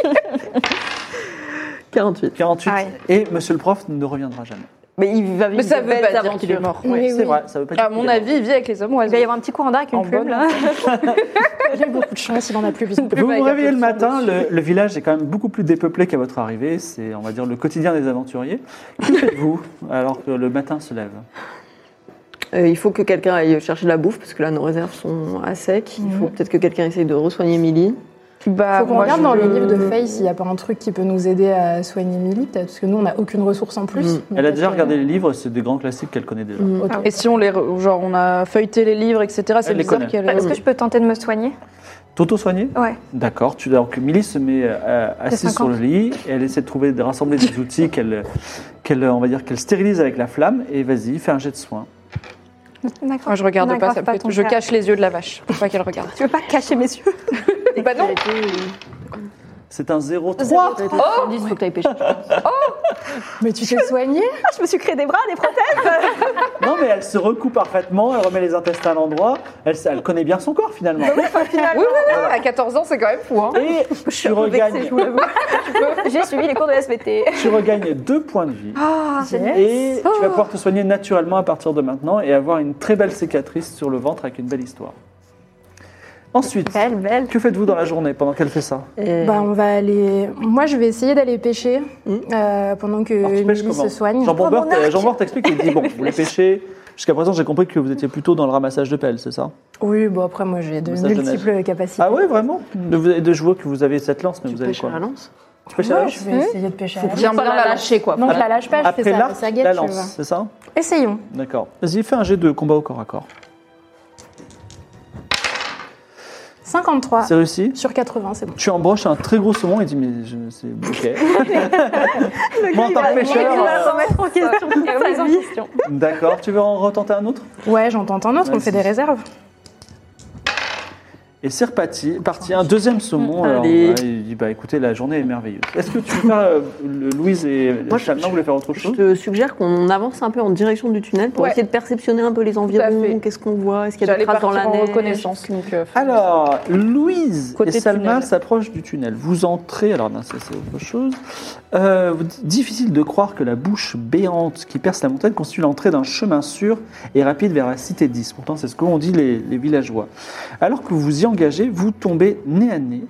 [SPEAKER 6] 48.
[SPEAKER 2] 48.
[SPEAKER 9] Aïe.
[SPEAKER 2] Et Monsieur le prof ne reviendra jamais.
[SPEAKER 6] Mais il va vivre
[SPEAKER 4] Mais ça
[SPEAKER 6] de
[SPEAKER 4] veut
[SPEAKER 6] belles
[SPEAKER 4] pas dire
[SPEAKER 6] aventures.
[SPEAKER 4] qu'il est mort.
[SPEAKER 5] Oui,
[SPEAKER 2] c'est
[SPEAKER 5] oui.
[SPEAKER 2] vrai, ça veut pas dire
[SPEAKER 4] À
[SPEAKER 2] qu'il
[SPEAKER 4] mon
[SPEAKER 2] est mort.
[SPEAKER 4] avis, il vit avec les hommes
[SPEAKER 3] Il va y
[SPEAKER 4] oiseaux.
[SPEAKER 3] avoir un petit courant d'air avec
[SPEAKER 4] En
[SPEAKER 3] une plume,
[SPEAKER 4] bonne
[SPEAKER 3] là.
[SPEAKER 5] <laughs> Il a beaucoup de chance, il en a plus besoin.
[SPEAKER 4] Plus
[SPEAKER 2] Vous
[SPEAKER 4] vague,
[SPEAKER 2] vous réveillez le
[SPEAKER 4] plus
[SPEAKER 2] matin,
[SPEAKER 4] sombre.
[SPEAKER 2] le, le village est quand même beaucoup plus dépeuplé qu'à votre arrivée. C'est, on va dire, le quotidien des aventuriers. Que faites-vous alors que le matin se lève
[SPEAKER 6] Euh, il faut que quelqu'un aille chercher de la bouffe, parce que là, nos réserves sont à sec.
[SPEAKER 4] Mm.
[SPEAKER 6] Il faut peut-être que quelqu'un essaye de resoigner Millie.
[SPEAKER 4] Bah,
[SPEAKER 5] Faut qu'on
[SPEAKER 4] moi,
[SPEAKER 5] regarde
[SPEAKER 4] je
[SPEAKER 5] dans les
[SPEAKER 4] veux-
[SPEAKER 5] livres de Faye s'il n'y a pas un truc qui peut nous aider à soigner Millie, peut-être, parce que nous, on n'a aucune ressource en plus. euh,
[SPEAKER 6] Mm.
[SPEAKER 5] Mais
[SPEAKER 2] Elle a
[SPEAKER 5] peut-être
[SPEAKER 2] déjà
[SPEAKER 5] que-
[SPEAKER 2] regardé les livres, c'est des grands classiques qu'elle connaît déjà.
[SPEAKER 6] Mm.
[SPEAKER 5] Ok.
[SPEAKER 4] Et si on les, re- genre, on a feuilleté les livres, etc. C'est
[SPEAKER 2] Elle les
[SPEAKER 4] bizarre
[SPEAKER 2] connaît.
[SPEAKER 4] qu'elle.
[SPEAKER 3] Est-ce que je peux tenter de me soigner
[SPEAKER 2] Toto soigné
[SPEAKER 3] Ouais.
[SPEAKER 2] D'accord. Tu, donc Millie se met euh, assise sur le lit. et elle essaie de trouver, de rassembler des outils qu'elle, qu'elle, on va dire, qu'elle stérilise avec la flamme. Et vas-y, fais un jet de soin.
[SPEAKER 3] D'accord.
[SPEAKER 4] Moi, Ah, je regarde pas,
[SPEAKER 3] N'aggrave
[SPEAKER 4] ça peut être-
[SPEAKER 3] ton
[SPEAKER 4] Je
[SPEAKER 3] cas.
[SPEAKER 4] cache les yeux de la vache pour pas qu'elle regarde.
[SPEAKER 3] Tu veux pas cacher mes yeux
[SPEAKER 4] bah non,
[SPEAKER 2] C'est un 0,3.
[SPEAKER 6] Oh Il faut que t'ailles pêcher.
[SPEAKER 5] Mais tu t'es soigné
[SPEAKER 3] Ah, Je me suis créé des bras, des prothèses
[SPEAKER 2] Non, mais elle se recoupe parfaitement. Elle remet les intestins à l'endroit. Elle, elle connaît bien son corps finalement.
[SPEAKER 4] oui, oui, oui, à 14 ans, c'est quand même fou. Hein.
[SPEAKER 2] Et tu regagnes,
[SPEAKER 3] J'ai suivi les cours de SVT.
[SPEAKER 2] tu regagnes deux points de vie.
[SPEAKER 3] Ah, génial.
[SPEAKER 2] Et tu vas pouvoir te soigner naturellement à partir de maintenant et avoir une très belle cicatrice sur le ventre avec une belle histoire. Ensuite,
[SPEAKER 3] Belle, belle.
[SPEAKER 2] que faites-vous dans la journée pendant qu'elle fait ça
[SPEAKER 5] Bah, on va aller. Moi, je vais essayer d'aller pêcher
[SPEAKER 6] Mm.
[SPEAKER 5] euh, pendant que
[SPEAKER 2] Alors, tu pêches
[SPEAKER 5] Millie
[SPEAKER 2] comment
[SPEAKER 5] se soigne. Oh,
[SPEAKER 2] Jean Bambert,
[SPEAKER 3] mon arc
[SPEAKER 2] Jean Bambert t'explique, il dit
[SPEAKER 5] <laughs>
[SPEAKER 2] bon, vous les pêchez. Jusqu'à présent, j'ai compris que vous étiez plutôt dans le ramassage de pelles, c'est ça
[SPEAKER 5] Oui, bon, après, moi, j'ai de
[SPEAKER 2] Ça, je
[SPEAKER 5] multiples capacités.
[SPEAKER 2] Ah ouais, vraiment de, vous- de- Je vois que vous avez cette lance, mais vous avez
[SPEAKER 6] Pêche à
[SPEAKER 2] quoi
[SPEAKER 6] la lance.
[SPEAKER 2] Tu pêches à la
[SPEAKER 5] Ouais,
[SPEAKER 2] lance
[SPEAKER 5] je vais essayer de pêcher à la
[SPEAKER 4] Mm. Bien bien la lâcher, quoi.
[SPEAKER 5] Non, je la lâche pas, je fais
[SPEAKER 2] Après
[SPEAKER 5] ça
[SPEAKER 2] l'arc,
[SPEAKER 5] avec sa
[SPEAKER 2] la
[SPEAKER 5] guette, tu
[SPEAKER 2] lance,
[SPEAKER 5] vois.
[SPEAKER 2] c'est ça
[SPEAKER 5] Essayons.
[SPEAKER 2] D'accord. Vas-y, fais un jet de combat au corps à corps.
[SPEAKER 5] 53
[SPEAKER 2] C'est réussi
[SPEAKER 5] sur 80, c'est bon.
[SPEAKER 2] Tu embroches un très gros saumon et dis mais je c'est ok. Moi en tant que pêcheur,
[SPEAKER 4] Oh,
[SPEAKER 3] remettre en question toute sa vie.
[SPEAKER 2] d'accord. Tu veux en retenter un autre
[SPEAKER 5] Ouais, j'en tente un autre, on
[SPEAKER 2] Vas-y.
[SPEAKER 5] fait des réserves.
[SPEAKER 2] Et c'est reparti, parti un deuxième saumon. Alors,
[SPEAKER 6] Allez.
[SPEAKER 2] ouais, il dit bah écoutez, la journée est merveilleuse. Est-ce que tu veux faire, euh, le- Louise et
[SPEAKER 6] Moi, je-
[SPEAKER 2] Chalmin, vous voulez faire autre
[SPEAKER 6] Je
[SPEAKER 2] chose
[SPEAKER 6] te suggère qu'on avance un peu en direction du tunnel pour
[SPEAKER 4] Ouais.
[SPEAKER 6] essayer de perceptionner un peu les
[SPEAKER 4] fait.
[SPEAKER 6] environs. Qu'est-ce qu'on voit Est-ce qu'il y a des
[SPEAKER 4] J'allais
[SPEAKER 6] traces
[SPEAKER 4] partir
[SPEAKER 6] dans la
[SPEAKER 4] en
[SPEAKER 6] neige
[SPEAKER 4] reconnaissance. Donc, euh,
[SPEAKER 2] Alors, Louise
[SPEAKER 4] Côté
[SPEAKER 2] et Salma
[SPEAKER 4] tunnel.
[SPEAKER 2] s'approchent du tunnel. Vous entrez, alors non, ça c'est autre chose. Euh, vous- difficile de croire que la bouche béante qui perce la montagne constitue l'entrée d'un chemin sûr et rapide vers la cité 10. Pourtant, c'est ce qu'ont dit les, les villageois. Alors que vous vous y engagez, vous tombez nez à nez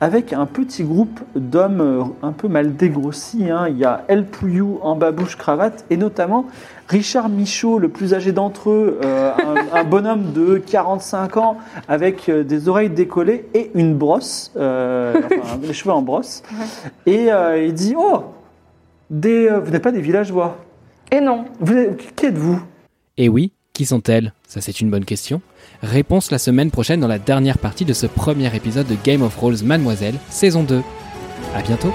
[SPEAKER 2] avec un petit groupe d'hommes euh, un peu mal dégrossis. hein. Il y a El Pouillou en babouche cravate et notamment Richard Michaud, le plus âgé d'entre eux, euh, un, un bonhomme de 45 ans avec euh, des oreilles décollées et une brosse, euh, enfin, les cheveux en brosse. Et euh, il dit Oh, des, euh, vous n'êtes pas des villageois.
[SPEAKER 4] Et non.
[SPEAKER 2] Vous êtes- qui êtes-vous
[SPEAKER 1] Et oui, qui sont-elles Ça c'est une bonne question. Réponse la semaine prochaine dans la dernière partie de ce premier épisode de Game of Rolls Mademoiselle, saison 2. À bientôt